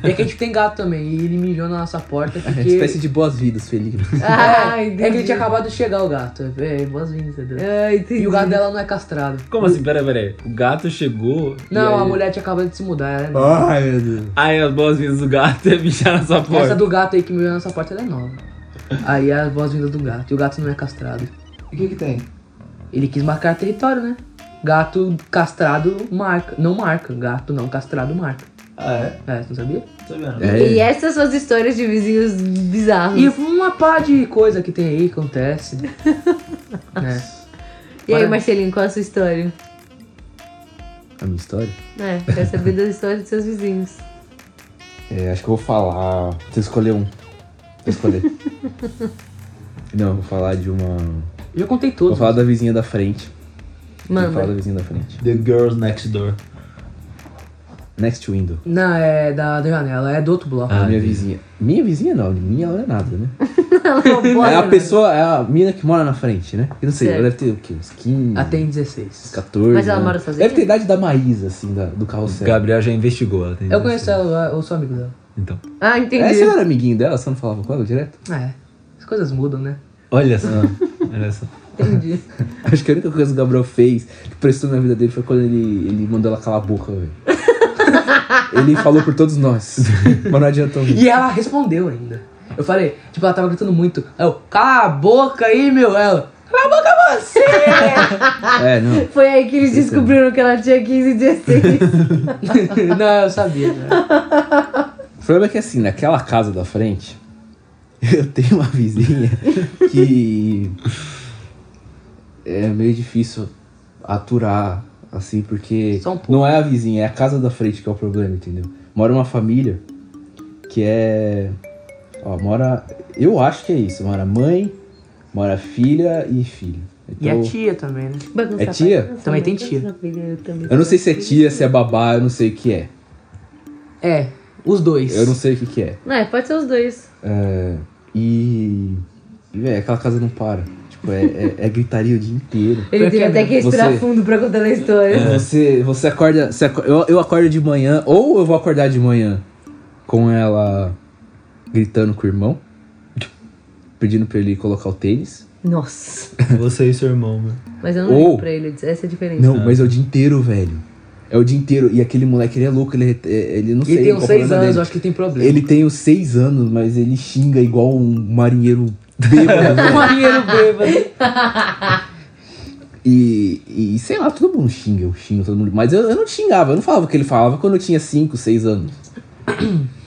É que a gente tem gato também, e ele mijou na nossa porta
É
porque...
uma espécie de boas-vidas, Felipe.
Ah, entendi.
É que ele tinha acabado de chegar o gato. É, boas-vindas, entendeu?
Ah, entendi.
E o gato dela não é castrado.
Como assim? Pera, pera aí. O gato chegou. e
Não,
aí-
a mulher tinha acabado de se mudar, ela é nova.
Ai, meu Deus.
Aí as boas-vindas do gato é mijar na sua
Essa
porta.
do gato aí que mijou na nossa porta, ela é nova. Aí é as boas-vindas do gato, e o gato não é castrado.
E o que que tem?
Ele quis marcar território, né? Gato castrado marca. Não marca, gato não castrado marca.
Ah, é?
É, você não sabia?
Sabendo.
É,
E essas suas histórias de vizinhos
Ah.
bizarros.
E uma pá de coisa que tem aí, que acontece. né?
E aí, Marcelinho, qual a sua história?
a minha história?
É, quero saber das histórias dos seus vizinhos.
É, acho que eu vou falar. Você escolher um. Vou escolher. Não, eu vou falar de uma.
Eu já contei
Vou
tudo.
falar da vizinha da frente. Vou falar da
Manda.
vizinha da frente.
The Girls Next Door.
Next window.
Não, é da, da janela, é do outro bloco.
Ah,
minha
entendi.
vizinha. Minha vizinha não, minha ela não é nada, né?
Não,
é a
bora.
pessoa, é a mina que mora na frente, né? Eu não sei,
Certo.
ela deve ter o quê? Uns 15,
Ela tem
uns
16.
14.
Mas ela
né?
mora sozinha?
Deve ter a idade da Maísa, assim, da, do carrossel.
Gabriel já investigou. Ela tem
Eu conheço
ela.
ela, eu sou amigo dela.
Então.
Ah,
É,
entendi.
você era amiguinho dela, você não falava com ela direto?
É, as coisas mudam, né?
Olha só. olha só.
Entendi.
Acho que a única coisa que o Gabriel fez que prestou na vida dele foi quando ele, ele mandou ela calar a boca, velho. ele falou por todos nós. Mas não adiantou muito.
E ela respondeu ainda. Eu falei, tipo, ela tava gritando muito. Aí Eu, cala a boca aí, meu. Ela, cala a boca você!
É, não.
Foi aí que eles descobriram que ela tinha 15 e 16.
Não, eu sabia, né?
O problema é que assim, naquela casa da frente, eu tenho uma vizinha que é meio difícil aturar, assim, porque
Só um pouco.
não é a vizinha, é a casa da frente que é o problema, entendeu? Mora uma família que é. Ó, mora. Eu acho que é isso. Mora mãe, mora filha e filho.
E a
Então,
tia também, né?
Bagunça,
É
pai.
tia?
Nossa,
Também
mas
tem
eu
tia.
sou filha, Eu, também
eu
sou
não sei se é
filha.
tia, se é babá, eu não sei o que é.
É, os dois.
Eu não sei o que, que é.
Não, é, pode ser os dois.
É, e. e, Véi, aquela casa não para. Tipo, é, é- é gritaria o dia inteiro.
Ele
Pra
teve
quê,
até
né?
que respirar
Você- É.
fundo pra contar a
É.
história.
Você, você acorda. você aco- eu, eu acordo de manhã, ou eu vou acordar de manhã com ela gritando com o irmão, tipo, pedindo pra ele colocar o tênis.
Nossa.
Você e seu irmão, mano.
Mas eu não
Ou-
ligo pra ele, essa é a diferença.
Não, mas é o dia inteiro, velho. É o dia inteiro. E aquele moleque, ele é louco, ele, é- é- ele não sei.
Ele tem uns
qual o
6
problema
anos,
dele.
eu acho que tem problema.
Ele tem os seis anos, mas ele xinga igual um marinheiro bêbado.
um marinheiro bêbado.
E, e sei lá, todo mundo xinga, eu xingo todo mundo. Mas eu, eu não xingava, eu não falava o que ele falava quando eu tinha 5, 6 anos.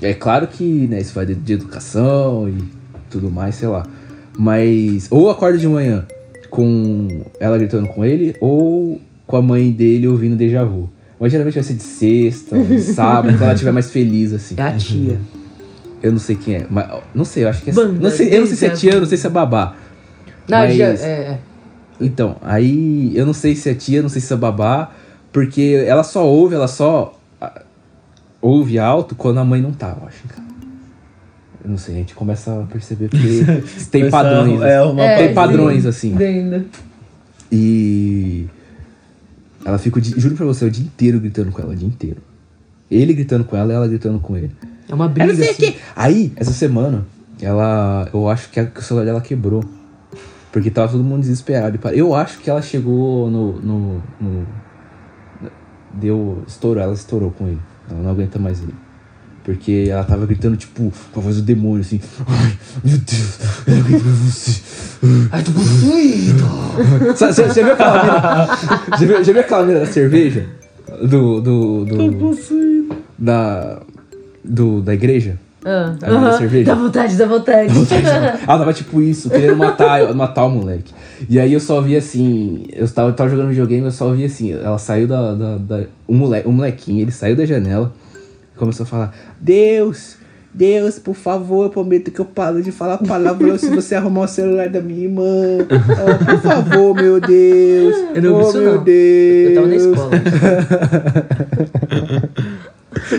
É claro que né, isso vai de, de educação e tudo mais, sei lá. Mas. Ou acorda de manhã com ela gritando com ele, ou com a mãe dele ouvindo déjà vu. Mas geralmente vai ser de sexta, ou de sábado, quando ela estiver mais feliz, assim.
É
Tá.
a tia.
Eu não sei quem é, mas. Não sei, eu acho que é.
Banda
não sei, eu não sei se é
Déjà
tia,
Vu.
eu não sei se é babá.
Não,
Mas-
já, é, é.
Então, aí eu não sei se é tia, não sei se é babá, porque ela só ouve, ela só ah, ouve alto quando a mãe não tá, eu acho. em casa. Eu não sei, a gente começa a perceber que tem
Pessoal,
padrões. assim.
É uma
É,
tem
sim.
padrões, assim.
Entendo.
E ela fica, o di- juro pra você, o dia inteiro gritando com ela, o dia inteiro. Ele gritando com ela, ela gritando com ele.
É uma
Ela
briga,
não sei o
assim.
quê. Aí, essa semana, ela. Eu acho que, a- que o celular dela quebrou. Porque tava todo mundo desesperado. e pa- Eu acho que ela chegou no. no, no- deu. Estourou, ela estourou com ele. Ela não aguenta mais ele. Porque ela tava gritando, tipo, com a voz do demônio, assim. Ai, meu Deus, eu não aguento mais você.
Ai, tô possuído.
Sabe, Você você viu aquela mina? Você viu, você viu aquela mina da cerveja? Do. Do. do da. Do, da igreja?
Ah,
Tá vendo a
aham. Dá
cerveja?
vontade, dá vontade.
Ela tava tipo isso, querendo matar, matar o moleque. E aí eu só vi assim. Eu tava, tava jogando videogame, eu só vi assim. Ela saiu da. da, da- o, moleque, o molequinho, ele saiu da janela e começou a falar: Deus! Deus, por favor, eu prometo que eu paro de falar palavrão se você arrumar o celular da minha irmã. Ah, por favor, meu Deus.
Eu não
oh,
ouvi isso,
meu
não.
Deus.
Eu tava na escola.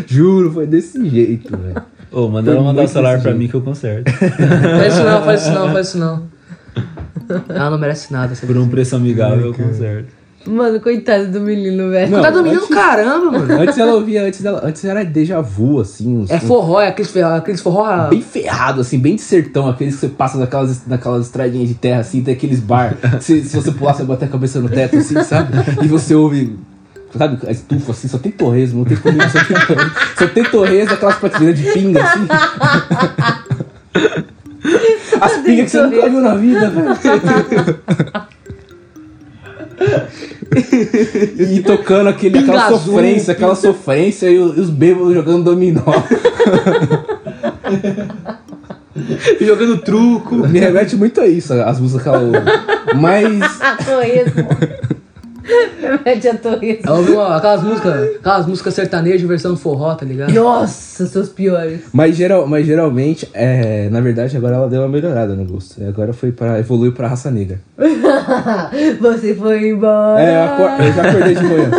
Juro, foi desse jeito, velho.
Ô, manda ela
Foi
mandar o
muito
celular
desse
pra
jeito.
mim que eu conserto.
Faz isso não, faz isso não, faz isso não. Ela não merece nada. Essa
Por um preço amigável, eu
cara.
conserto.
Mano, coitado do menino, velho.
Não,
Tá do menino
antes-
caramba, mano.
Antes ela ouvia, antes dela, antes era déjà vu, assim, uns,
É forró, é aqueles, ferro- aqueles forró... ah,
bem ferrado, assim, bem de sertão, aqueles que você passa naquelas, naquelas estradinhas de terra, assim, tem aqueles bar. Se, se você pular, você bater a cabeça no teto, assim, sabe? E você ouve. Sabe, a estufa assim, só tem torresmo, não tem comida, só tem torresmo. Só tem torresmo, aquelas prateleiras de pinga, assim. As pingas que você nunca viu na vida, velho. E tocando aquele,
Pinga
aquela
azul.
sofrência, aquela sofrência e os bêbados jogando dominó.
Jogando truco.
Me remete muito a isso, as músicas que ela ouve. Mas.
A torresmo. Mete a torresmo.
Ela ouviu uma- é aquelas músicas, aquelas músicas sertanejas versão forró, tá ligado?
Nossa, seus piores.
Mas, geral, mas geralmente, é, na verdade, agora ela deu uma melhorada no gosto. E Agora foi para evoluiu pra raça negra.
Você foi embora.
É, eu,
Ah.
acor- eu já acordei de manhã.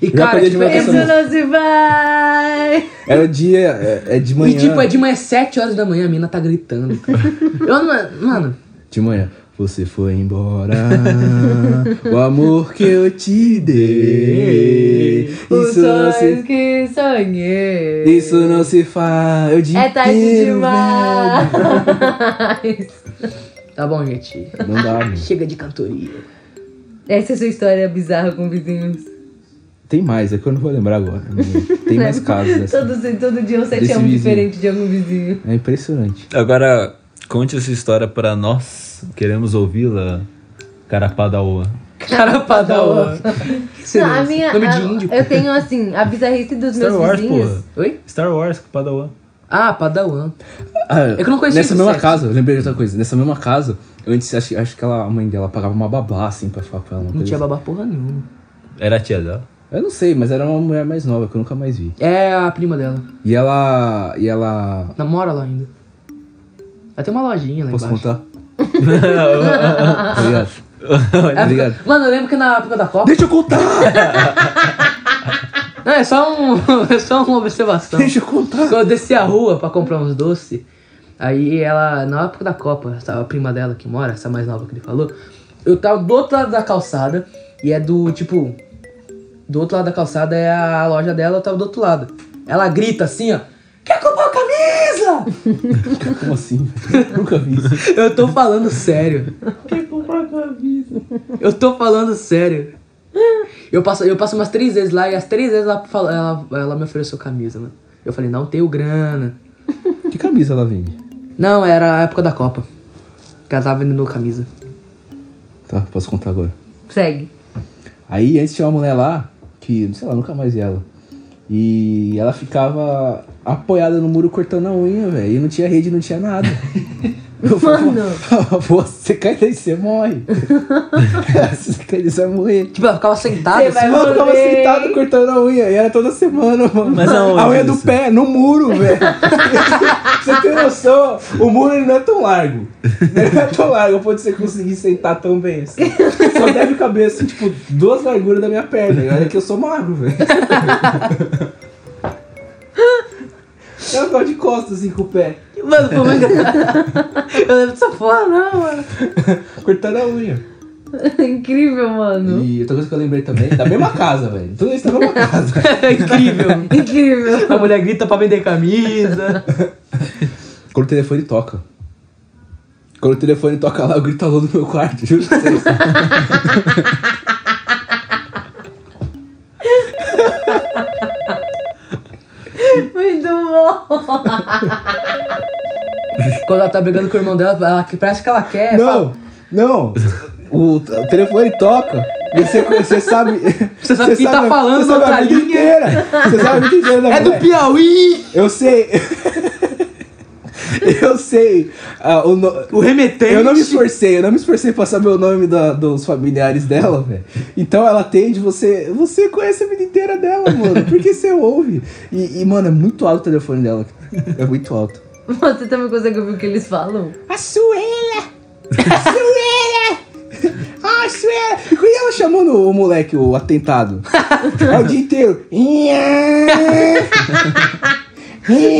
E
Já
cara, tipo,
acordei de manhã
é,
Isso
pensando-
não se vai.
Era o dia, é, é de manhã.
e tipo, é de manhã, 7 horas da manhã, a mina tá gritando. cara. Eu não. Mano,
De manhã. Você foi embora, o amor que eu te dei.
Os
Isso não
sonhos
se,
que sonhei.
isso não se faz. Eu te
É tarde
quero,
demais.
tá bom, gente.
velho. Não dá, mano.
Chega de cantoria.
Essa é a sua história bizarra com vizinhos.
Tem mais, é que eu não vou lembrar agora. né? Tem mais casos dessa.
Todo, todo dia um 7
Desse
a 1
vizinho.
diferente de algum vizinho.
É impressionante.
Agora, conte essa história pra nós. Queremos ouvi-la, Carapadaoa.
Cara padawan.
Não, a minha.
Nome
a-
de índio.
eu tenho assim, a bizarrice dos
Star
meus
Wars,
vizinhos.
porra.
Oi?
Star Wars, Padawan.
Ah, padawan.
Ah,
É que eu não conhecia esse
Nessa mesma
sexo.
casa, eu lembrei de outra coisa. Nessa mesma casa, antes acho, acho que ela, a mãe dela pagava uma babá, assim, pra falar com ela. uma
Não
coisa
tinha
assim.
babá porra nenhuma.
Era a tia dela.
Eu não sei, mas era uma mulher mais nova que eu nunca mais vi.
É a prima dela.
E ela. E ela.
Namora lá ainda. Vai ter uma lojinha lá
Posso
embaixo.
contar? Obrigado. Obrigado.
Mano, eu lembro que na época da Copa.
Deixa eu contar!
Não, é só um. É só uma observação.
Deixa eu contar!
Quando eu desci a rua pra comprar uns doces, aí ela, na época da Copa, essa- a prima dela que mora, essa mais nova que ele falou, eu tava do outro lado da calçada, e é do tipo. Do outro lado da calçada é a loja dela, eu tava do outro lado. Ela grita assim, ó. Quer comprar uma camisa?
Como assim? velho? Nunca vi isso.
Eu tô falando sério.
Quer comprar camisa?
Eu tô falando sério. Eu passo, eu passo umas três vezes lá e as três vezes ela, fala- ela, ela me ofereceu camisa, mano. Eu falei, não tenho grana.
Que camisa ela vende?
Não, era a época da Copa. Que ela tava vendendo camisa.
Tá, posso contar agora.
Segue.
Aí antes tinha uma mulher lá, que, sei lá, nunca mais vi ela. E ela ficava apoiada no muro cortando a unha, velho. E não tinha rede, não tinha nada. Eu falava, Você cai daí, você morre. você cai daí, você vai morrer.
Tipo, ela ficava sentada
Você
assim.
vai
É Mano, eu ficava
morrer.
sentado cortando a unha. E era toda semana, mano.
Mas aonde
a unha do
isso?
pé, no muro, velho. você tem noção? O muro ele não é tão largo. Ele não é tão largo, pode você conseguir sentar tão bem assim. Só deve caber, assim, tipo, duas larguras da minha perna. E olha que eu sou magro, velho. Eu ficava de costas, assim, com o pé. E
Mano, foi muito engraçado. Eu lembro dessa porra, não, mano.
Cortando a unha.
Incrível, mano.
E outra coisa que eu lembrei também, da mesma casa, velho. Tudo isso da mesma casa.
É incrível.
Incrível.
A mulher grita pra vender camisa.
Quando o telefone toca. Quando o telefone toca lá, eu grito alô do meu quarto, juro pra vocês.
Muito bom.
Quando ela tá brigando com o irmão dela, ela, que parece que ela quer.
Não, não. O, t- o telefone toca. e Você, você sabe. Você
sabe quem tá falando
você sabe
na
a vida
outra linha.
inteira. Você sabe a vida inteira da
É do
mulher.
Piauí!
Eu sei. Eu sei. ah, o, no-
O remetente.
Eu não me esforcei, eu não me esforcei pra saber o nome da- dos familiares dela, velho. Então ela atende, você. Você conhece a vida inteira dela, mano. Por que você ouve? E, e, mano, é muito alto o telefone dela. É muito alto.
Você também consegue ouvir o que eles falam?
A Suela! A Suela! A Suela! E ela chamando o moleque, o atentado. É o dia inteiro. E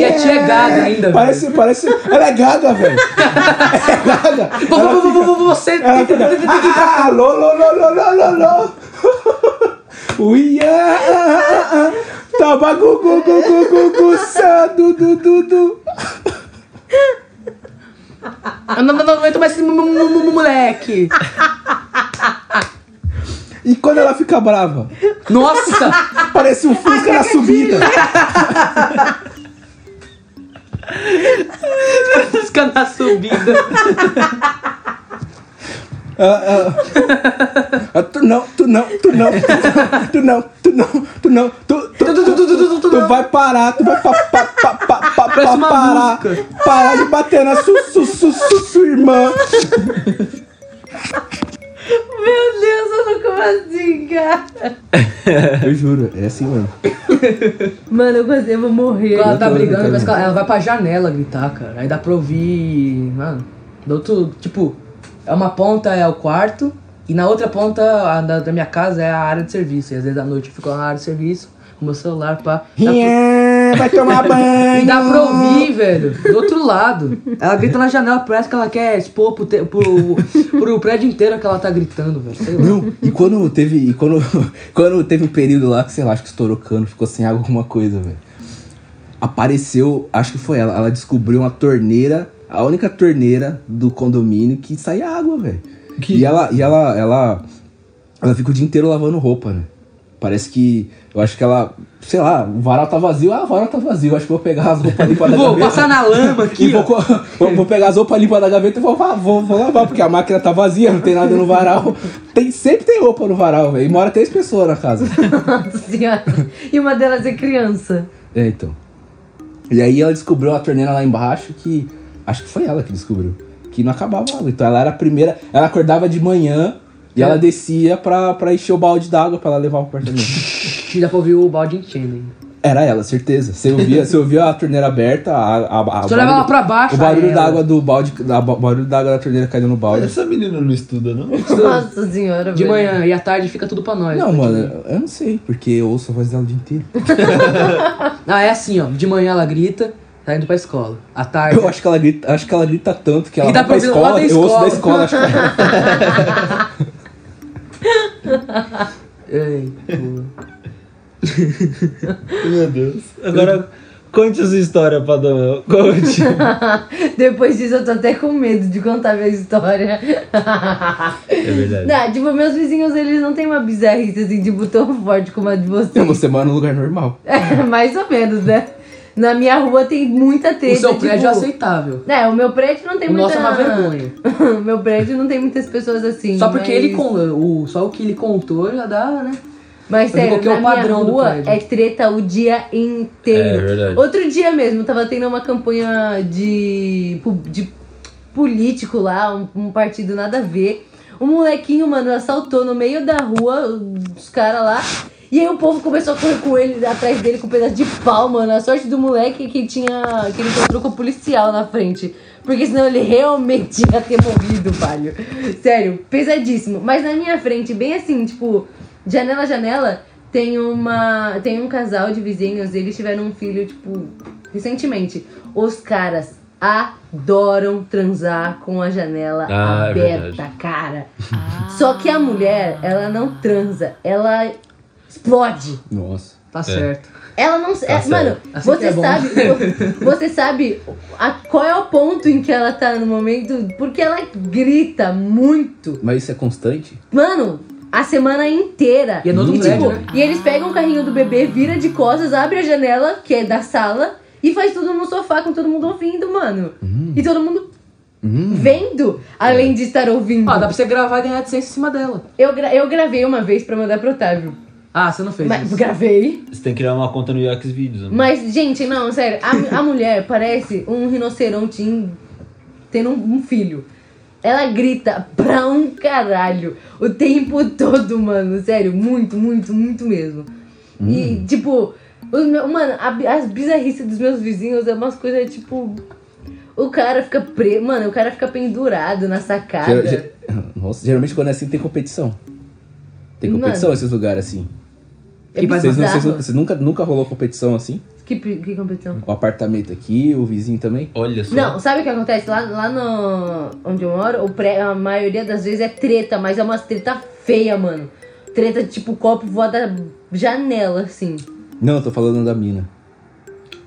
a tia é gaga ainda, velho.
Parece, parece. Ela é gaga, velho. É gaga.
Vou, vou, vou, vou, vou, você.
Ela fica. Ah, alô, alô, alô, alô, alô, alô. Uia, ah, ah, ah, ah. tava gu, gu, gu, gu, gu, gu, sa, du, du, du, du.
Eu não, não, não aguento mais esse mu- mu- mu- mu- moleque.
E quando ela fica brava,
Nossa!
parece um Fusca na subida.
Fica na subida.
Ah, ah. Ah, tu não, tu não, tu não, tu não, tu não, tu não, tu, tu,
Tu, tu, tu, tu, tu, tu, tu,
tu
não.
vai parar, tu vai pa, pa, pa, pa, pa,
Parece
pa,
uma
parar,
música.
parar de bater na su, su, su, su, sua irmã.
Meu Deus, eu não como assim, cara.
Eu juro, é assim mesmo.
Mano, eu gostei, eu vou morrer.
Ela tá
tô-
brigando,
eu tô-
parece que ela, ela vai pra janela gritar, cara. Aí dá pra ouvir. Mano, do outro. Tipo, é uma ponta é o quarto, e na outra ponta a da, da minha casa é a área de serviço. E às vezes à noite eu fico lá na área de serviço, com meu celular pra. dá pra-
Rian, vai tomar banho.
E dá pra ouvir, velho, do outro lado. Ela grita na janela, parece que ela quer expor pro, te- pro, pro prédio inteiro que ela tá gritando, velho. Sei lá.
Não, e quando teve. E quando, quando teve um período lá que, sei lá, acho que estourou cano, ficou sem água, alguma coisa, velho. Apareceu, acho que foi ela, ela descobriu uma torneira, a única torneira do condomínio que saía água, velho.
Que-
E ela, e ela, ela. Ela fica o dia inteiro lavando roupa, né? Parece que. Eu acho que ela. Sei lá, o varal tá vazio. Ah, o varal tá vazio. Acho que eu vou pegar as roupas ali pra dar
Vou
gaveta.
passar na lama
E
aqui.
vou,
ó.
co- vou- vou pegar as roupas limpas da gaveta e vou, va- vou, vou lavar, porque a máquina tá vazia, não tem nada no varal. Tem, sempre tem roupa no varal, velho. E mora três pessoas na casa.
Nossa senhora. E uma delas é criança.
É, então. E aí ela descobriu a torneira lá embaixo que. Acho que foi ela que descobriu. Que não acabava a água. Então ela era a primeira. Ela acordava de manhã e
É.
ela descia pra, pra encher o balde d'água pra ela levar pro apartamento.
E dá pra ouvir o balde enchendo ainda.
Era ela, certeza. Você ouvia, você ouvia a torneira aberta, a. a, a
Só leva ela pra baixo.
O
aí
barulho
ela-
d'água do balde. da- O barulho d'água da torneira caindo no balde.
Essa menina não estuda, não?
Nossa senhora,
De
velho.
manhã e à tarde fica tudo pra nós.
Não, mano, eu- eu não sei, porque eu ouço a voz dela o dia inteiro.
Ah, é assim, ó. De manhã ela grita, tá indo pra escola. À tarde.
Eu acho que ela grita, acho que ela grita tanto que ela
E dá
vai pra
pra ouvir lá
escola,
da
eu ouço da
escola.
escola, acho que
Ei, é, pô.
Meu Deus. Agora, conte essa história pra Daniel. Conte.
Depois disso eu tô até com medo de contar minha história.
É verdade.
Não, tipo, meus vizinhos, eles não têm uma bizarrice assim, tipo, tão forte como a de vocês.
você mora num lugar normal.
É, mais ou menos, né? Na minha rua tem muita treta.
O seu prédio é
tipo...
aceitável.
É, o meu prédio não tem
O
muita...
nosso é uma vergonha.
O meu prédio não tem muitas pessoas assim.
Só porque
mas-
ele con- o Só o que ele contou já dá, né?
Mas
Mas
sério,
qual que é
na
o padrão
minha
do
rua
prédio?
é treta o dia inteiro.
É verdade.
Outro dia mesmo, tava tendo uma campanha de, pu- de político lá, um, um partido nada a ver. Um molequinho, mano, assaltou no meio da rua os caras lá. E aí o povo começou a correr com ele atrás dele com um pedaço de pau, mano. A sorte do moleque é que tinha. que ele encontrou com o policial na frente. Porque senão ele realmente ia ter morrido, velho. Sério, pesadíssimo. Mas na minha frente, bem assim, tipo, janela janela, tem uma. Tem um casal de vizinhos, eles tiveram um filho, tipo, recentemente. Os caras adoram transar com a janela
Ah, é
aberta,
verdade.
cara. Só que a mulher, ela não transa, ela explode.
Nossa.
Tá certo.
Ela não. é,
Tá certo.
mano,
Assim que
você,
é bom.
sabe, vo- você sabe a- qual é o ponto em que ela tá no momento. Porque ela grita muito.
Mas isso é constante?
Mano, a semana inteira.
E é no outro
e, tipo,
prédio, né?
e eles pegam o carrinho do bebê, vira de costas, abre a janela, que é da sala, e faz tudo no sofá com todo mundo ouvindo, mano. E todo mundo
Hum.
vendo, além de estar ouvindo.
Ah, dá pra você gravar e ganhar AdSense em cima dela.
eu, gra- eu gravei uma vez pra mandar pro Otávio.
Ah, você não fez
Mas
isso.
gravei.
Você tem que criar uma conta no Yox Videos. né?
Mas, gente, não, sério, a, a mulher parece um rinoceronte em- tendo um, um filho. Ela grita pra um caralho o tempo todo, mano. Sério, muito, muito, muito mesmo.
Hum.
E, tipo, os meu- mano, a bi- as bizarrices dos meus vizinhos é umas coisas, tipo. O cara fica pre... Mano, o cara fica pendurado na sacada.
Ger- ge- Nossa, geralmente quando é assim tem competição. Tem
Mano.
competição nesses lugares assim.
É
que
Vocês, não- vocês,
bizarro.
não- vocês nunca, nunca rolou competição assim?
Que, pri- que competição?
O apartamento aqui, o vizinho também?
Olha só.
Não, sabe o que acontece? Lá, lá no. onde eu moro, o pré, a maioria das vezes é treta, mas é umas treta feia, mano. Treta de tipo copo voa da janela, assim.
Não, eu tô falando da mina.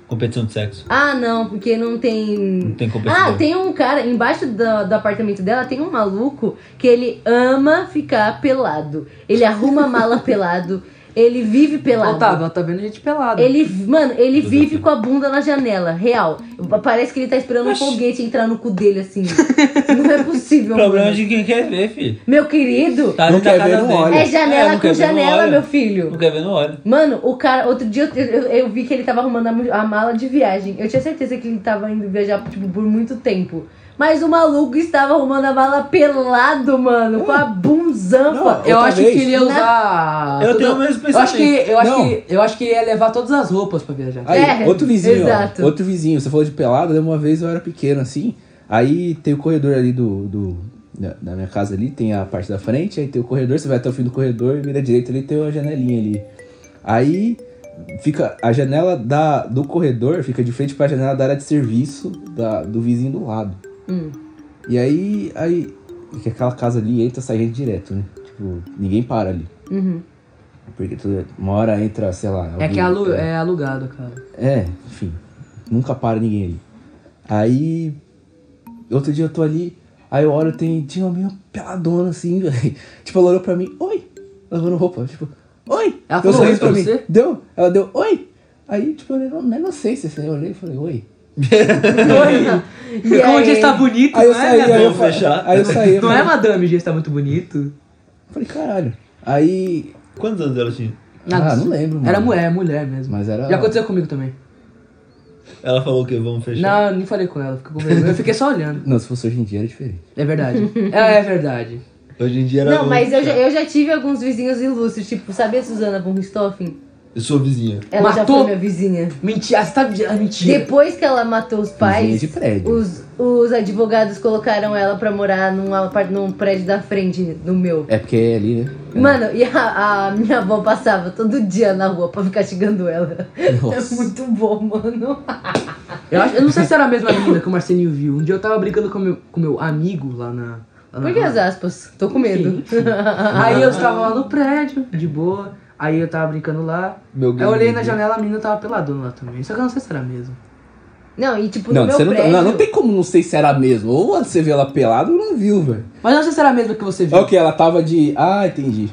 Competição de sexo.
Ah, não, porque não
Não
tem.
tem competição.
Ah, tem um cara, embaixo do, do apartamento dela, tem um maluco que ele ama ficar pelado. Ele arruma a mala pelado, ele vive pelado.
Otávio, ela tá vendo gente pelada.
Ele, mano, ele
Tudo assim.
vive
aqui.
com a bunda na janela, real. Parece que ele tá esperando um foguete entrar no cu dele, assim. Não é
O
possível.
problema é
mano.
de quem quer ver, filho.
Meu querido,
Tá
Não
dentro da
quer ver,
casa
não
dele.
olha.
é janela
É, não
com
quer ver, não
janela,
olha.
meu
Não
filho.
quer ver, não olha.
Mano, o cara, outro dia eu, eu, eu vi que ele tava arrumando a mu- a mala de viagem. Eu tinha certeza que ele tava indo viajar tipo, por muito tempo. Mas o maluco estava arrumando a mala pelado, mano, com a bunzampa.
Não,
Eu
Outra
acho
vez?
que ele ia
Não.
usar.
Eu tenho o mesmo
eu acho que
pensamento.
eu acho
Não.
que eu acho que ia levar todas as roupas pra viajar.
Aí,
É,
outro vizinho, ó,
exato.
outro vizinho. Você falou de pelada, né? uma vez eu era pequeno assim. Aí tem o corredor ali do, do da, da minha casa ali, tem a parte da frente, aí tem o corredor, você vai até o fim do corredor e vira direita ali tem uma janelinha ali. Aí fica a janela da, do corredor fica de frente pra janela da área de serviço da, do vizinho do lado.
Hum.
E aí aí é que aquela casa ali entra, sai gente direto, né? Tipo, ninguém para ali.
Uhum.
Porque toda, uma hora entra, sei lá.
É que é,
alguém-
alu- é alugado, cara.
é, enfim. Nunca para ninguém ali. Aí. Outro dia eu tô ali, aí eu olho, tem, tinha uma menina peladona assim, velho. Tipo, ela olhou pra mim, oi! Lavando roupa, tipo, oi!
Ela
deu
falou oi pra você?
Deu? Ela deu, oi! Aí, tipo, eu olhei, não, não sei se eu olhei e falei, oi.
Oi!
E
Como o
aí?
dia está bonito,
Aí eu
não é,
saí,
minha
aí eu,
Vamos
fa-
fechar.
aí eu saí. né? eu
Não é,
falei,
madame, o dia está muito bonito?
falei, caralho. Aí.
Quantos anos ela tinha?
Ah,
disso.
não lembro, mano.
Era mulher, mulher mesmo.
Mas era.
Já aconteceu comigo também.
Ela falou o quê? Vamos fechar.
Não, eu não falei com ela, fiquei com vergonha. Eu fiquei só olhando.
Não, se fosse hoje em dia era diferente.
É verdade. É, é verdade.
Hoje em dia era.
Não,
bom
mas eu já,
fechar.
eu já tive alguns vizinhos ilustres, tipo, sabia a Suzana von Richthofen?
Eu sou vizinha.
Ela já
Matou?
foi minha vizinha.
Mentira, você tá de- ah, mentira.
Depois que ela matou os pais,
de prédio.
os, os advogados colocaram ela pra morar num, apart- num prédio da frente do meu.
É porque é ali, né?
Mano, e a, a minha avó passava todo dia na rua pra ficar xingando ela.
Nossa.
É muito bom, mano.
Eu, acho- eu não sei se era a mesma menina que o Marcelinho viu. Um dia eu tava brigando com meu, com meu amigo lá na. Lá na
Por que as aspas?
tá
Tô com medo.
Aí eu estava lá no prédio, de boa. Aí eu tava brincando lá.
Meu
eu olhei na
grande.
janela, a menina tava peladona lá também. Só que eu não sei se era mesmo.
Não, e tipo,
Não,
no meu
você não, tá-
prédio...
não, não tem como não sei se era mesmo. Ou você viu ela pelada ou não viu, velho.
Mas eu não sei se era a mesma que você viu.
Ok, ela tava de. Ah, entendi.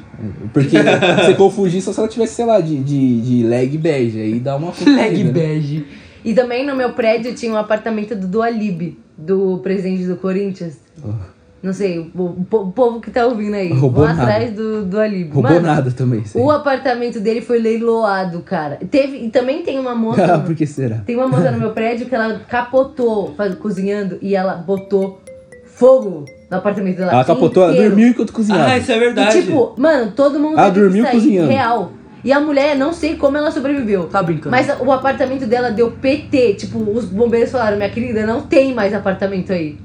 Porque você confundir só se ela tivesse, sei lá, de, de, de leg bege. Aí dá uma confundida.
Leg
né?
bege.
E também no meu prédio tinha um apartamento do Dualib, do presidente do Corinthians. Não sei, o, o po- o povo que tá ouvindo aí.
Roubou
Vão
nada.
atrás do Dualib.
Roubou nada também. isso aí.
O apartamento dele foi leiloado, cara. Teve, e também tem uma moça.
Ah, Por que será?
Tem uma moça no meu prédio que ela capotou faz- cozinhando e ela botou fogo no apartamento dela.
Ela capotou, ela
inteiro.
dormiu enquanto cozinhava.
Ah, isso é
E,
verdade.
tipo, mano, todo mundo
Ela
teve
dormiu
que sair,
cozinhando.
real. E a mulher, não sei como ela sobreviveu.
Tá brincando.
Mas o apartamento dela deu PT. Tipo, os bombeiros falaram, minha querida, não tem mais apartamento aí.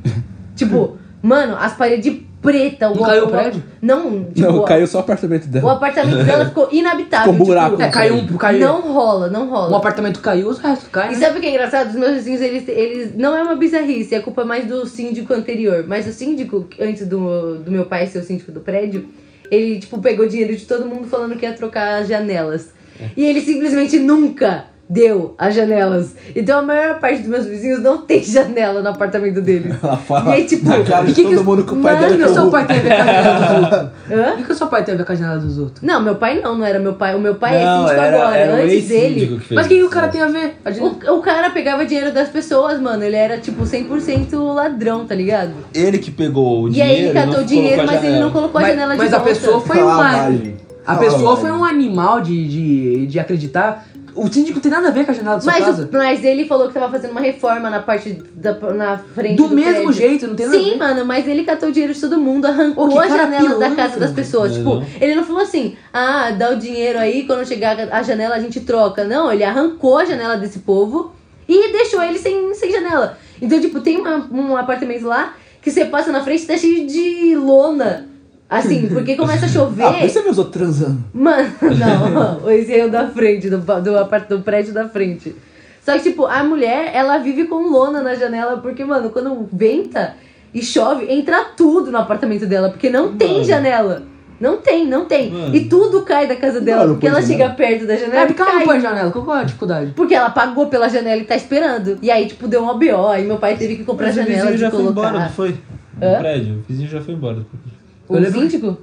tipo, mano, as paredes preta. O
Não caiu o prédio?
Não, tipo,
Não,
a-
caiu só o apartamento
O
dela.
apartamento dela ficou inabitável.
Ficou buraco.
tipo,
É, caiu um, caiu.
Não rola, não
Um
rola.
apartamento caiu, os restos caem.
E
né?
sabe o que é engraçado? Os meus vizinhos, eles, eles. Não é uma bizarrice, é culpa mais do síndico anterior. Mas o síndico, antes do, do meu pai ser o síndico do prédio, ele, tipo, pegou dinheiro de todo mundo falando que ia trocar as janelas.
É.
E ele simplesmente nunca deu as janelas. Então a maior parte dos meus vizinhos não tem janela no apartamento deles.
Ela fala
E aí, tipo,
na cara
o
de
que que
todo
os-
mundo que o pai
Mano,
dela
Por que
é
o seu
corrupto.
pai teve a janela dos outros?
Hã?
Por que o seu pai teve a janela dos outros?
Não, meu pai não, não era meu pai. O meu pai é
Não,
síndico
era-
agora.
um
era o
Antes
ex-síndico
dele.
que fez
Mas o que o
isso.
cara tem a ver? A gente-
O, o cara pegava dinheiro das pessoas, mano. Ele era tipo 100% ladrão, tá ligado?
Ele que pegou o
E aí ele
dinheiro.
catou o dinheiro, mas ele não colocou a
Mas-
janela de
mas a
volta.
pessoa foi
Fala,
uma.
Mari.
A
Fala,
pessoa
Mari.
foi um animal de, de, de acreditar. O síndico não tem nada a ver com a janela da sua
Mas,
casa.
o- mas ele falou que tava fazendo uma reforma na parte da na frente
Do
do,
mesmo
prédio.
jeito, não tem nada a
Sim,
ver.
mano, mas ele catou o dinheiro de todo mundo,
Ô,
arrancou
que
a
cara
janela da
pilantra,
casa das pessoas.
né,
Tipo,
não?
ele não falou assim, ah, dá o dinheiro aí, quando chegar a janela a gente troca. Não, ele arrancou a janela desse povo e deixou ele sem, sem janela. Então, tipo, tem uma- um apartamento lá que você passa na frente e tá cheio de lona. Assim, porque começa a chover.
Ah, por isso você me usou transando.
Mano, não, esse é o da frente, do, do, apart- do prédio da frente. Só que, tipo, a mulher, ela vive com lona na janela, porque, mano, quando venta e chove, entra tudo no apartamento dela, porque não tem
Mano.
janela. Não tem, não tem.
Mano.
E tudo cai da casa dela,
não
porque
põe
ela
janela.
chega perto da janela
É,
e
porque ela
cai.
não põe janela. Qual é a dificuldade?
Porque ela pagou pela janela e tá esperando. E aí, tipo, deu um BO, aí meu pai teve que comprar
Mas o
janela
vizinho
de
já foi
colocar.
embora, não foi? Do
Hã?
prédio. O vizinho já foi embora. do prédio.
O
Eu lembro-
síndico?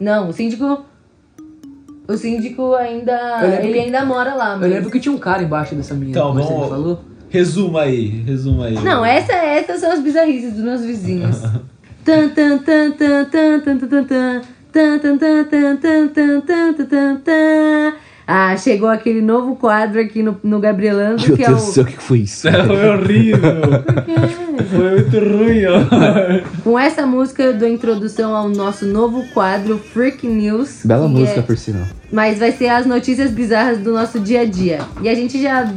Não, o síndico. O síndico ainda.
Eu lembro
Ele
que-
ainda mora lá,
Eu
mas.
lembro que tinha um cara embaixo dessa menina.
Então,
que você
vamos-
falou.
Resuma aí, resuma aí.
Não, é essa, essas são as bizarrices dos meus vizinhos. Tan, tan, tan, tan, tan, tan, tan, tan, tan. Tan, tan, tan, tan, tan, tan, tan, tan, tan, tan. Ah, chegou aquele novo quadro aqui no, no Gabrielando,
Meu
que é o.
Deus do céu, o que que foi isso?
Foi É horrível. Foi muito ruim, ó.
Com essa música eu dou introdução ao nosso novo quadro, Freak News.
Bela
que
música,
é-
por sinal.
Mas vai ser as notícias bizarras do nosso dia a dia. E a gente já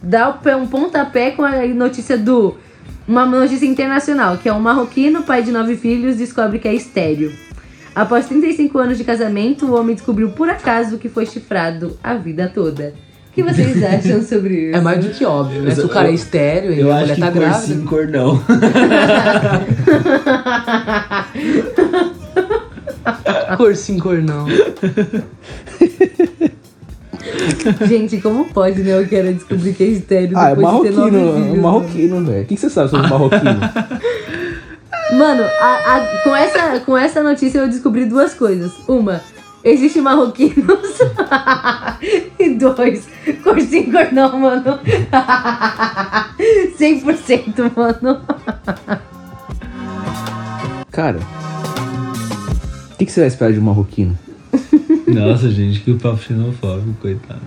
dá o pé- um pontapé com a notícia do. Uma notícia internacional, que é um marroquino, pai de nove filhos, descobre que é estéreo. Após 35 anos de casamento, o homem descobriu por acaso que foi chifrado a vida toda. O que vocês acham sobre isso?
É mais do que óbvio, né? Se o cara é estéreo e
Eu
a
acho
mulher
que
tá
cor
grávida.
sim, cor não.
Cor sim, cor não.
Gente, como pode, né? Eu quero descobrir que é estéreo
Ah, é
depois de ter nove
marroquino,
filhos.
é marroquino, velho. O que que você sabe sobre marroquino?
Mano, a- a- com, essa, com essa notícia eu descobri duas coisas. Uma, existe marroquinos. e dois, cor sim, cor não, mano. 100%, mano.
Cara, o que, que você vai esperar de um marroquino?
Nossa, gente, que papo xenofóbico, coitado.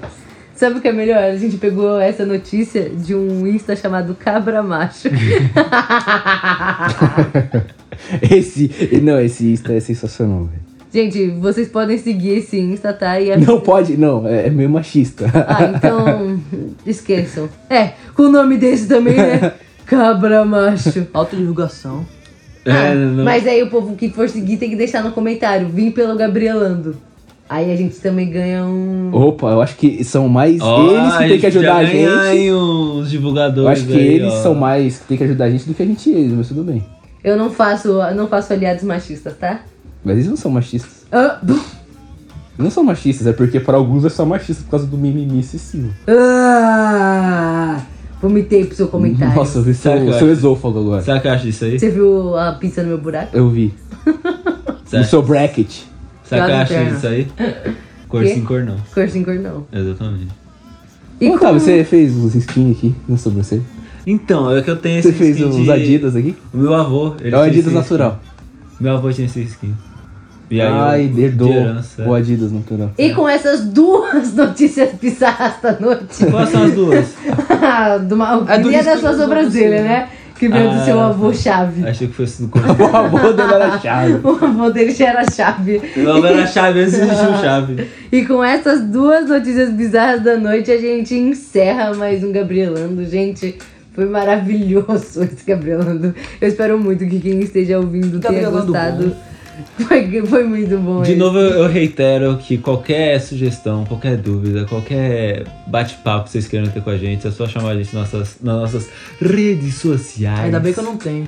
Sabe o que é melhor? A gente pegou essa notícia de um Insta chamado Cabra Macho.
Esse, não, esse Insta é sensacional, velho.
gente, vocês podem seguir esse Insta, tá? E é-
Não pode, não, é, é meio machista.
Ah, então esqueçam. É, com o nome desse também, né? Cabra Macho.
Autodivulgação.
Ah,
É, não.
Mas aí o povo que for seguir tem que deixar no comentário. Vim pelo Gabrielando. Aí a gente também ganha um.
Opa, eu acho que são mais
Ó,
eles que
a
têm que
já
ajudar a
ganha
gente.
Aí os divulgadores
Eu acho que
aí,
eles
ó.
são mais que têm que ajudar a gente do que a gente eles, mas tudo bem.
Eu não faço, eu não faço aliados machistas, tá?
Mas eles não são machistas.
Ah, buf.
Não são machistas, é porque para alguns é só machista por causa do mimimi excessivo.
Ah, vomitei pro seu comentário.
Nossa, eu vi
Sabe o que
seu,
eu
seu
acho?
esôfago agora.
Sabe o que eu acho disso aí?
Você viu a pizza no meu buraco?
Eu vi. No
Sabe,
seu bracket.
sabe o que eu
Piada
acho
interna.
disso aí? Cor
Quê?
sim, cor não.
Cor sem cor não.
Exatamente.
E
Ô, Otávio, você fez uns skins aqui na sobrancelha?
Então, é que eu tenho esse
Você fez
skin
uns
de-
Adidas aqui?
O meu avô, ele
É o
tinha
Adidas
esse
natural.
skin. Meu avô tinha esse skin. E aí
Ai,
eu,
herdou
de herança.
o Adidas natural.
E com essas duas notícias bizarras da noite.
Quais são as duas?
do mal...
É do
e a da
risco
sua
do-
sobrancelha,
do-
né? Que veio do
Ah, é.
seu avô chave.
Achei que fosse do cor.
O avô dele era chave.
O avô dele já era chave.
Meu avô era chave, antes existia o chave.
E com essas duas notícias bizarras da noite, a gente encerra mais um Gabrielando, gente. Foi maravilhoso esse Gabrielando. Eu espero muito que quem esteja ouvindo tenha
Gabrielando
gostado. Foi, foi muito bom.
De
esse.
novo, eu eu reitero que qualquer sugestão, qualquer dúvida, qualquer bate-papo que vocês queiram ter com a gente, é só chamar a gente nas nossas, nas nossas redes sociais.
Ainda bem que eu não tenho.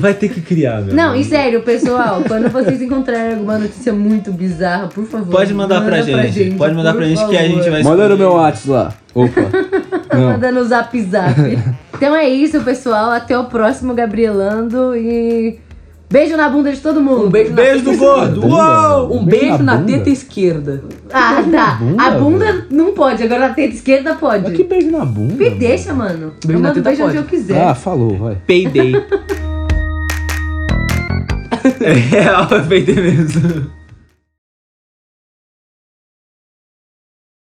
Vai ter que criar, meu.
Não,
amigo.
e sério, pessoal, quando vocês encontrarem alguma notícia muito bizarra, por favor.
Pode mandar
manda
pra gente. Pode mandar
por
pra gente que a
favor.
gente vai
Manda no meu
escolher.
WhatsApp lá. Opa. Não.
Manda no zap zap. então é isso, pessoal. Até o próximo Gabrielando e. Beijo na bunda de todo mundo.
Um beijo na
Beijo do gordo!
Bunda.
Uau!
Um beijo na
bunda?
teta esquerda.
Ah, tá.
bunda,
a bunda
velho.
não pode, agora a teta esquerda pode.
Mas que beijo na bunda.
Me
mano.
deixa, mano.
Beijo
eu
na
mando
teta
beijo onde eu
pode.
quiser.
Ah, falou, vai.
Peidei. é real, eu peidei mesmo.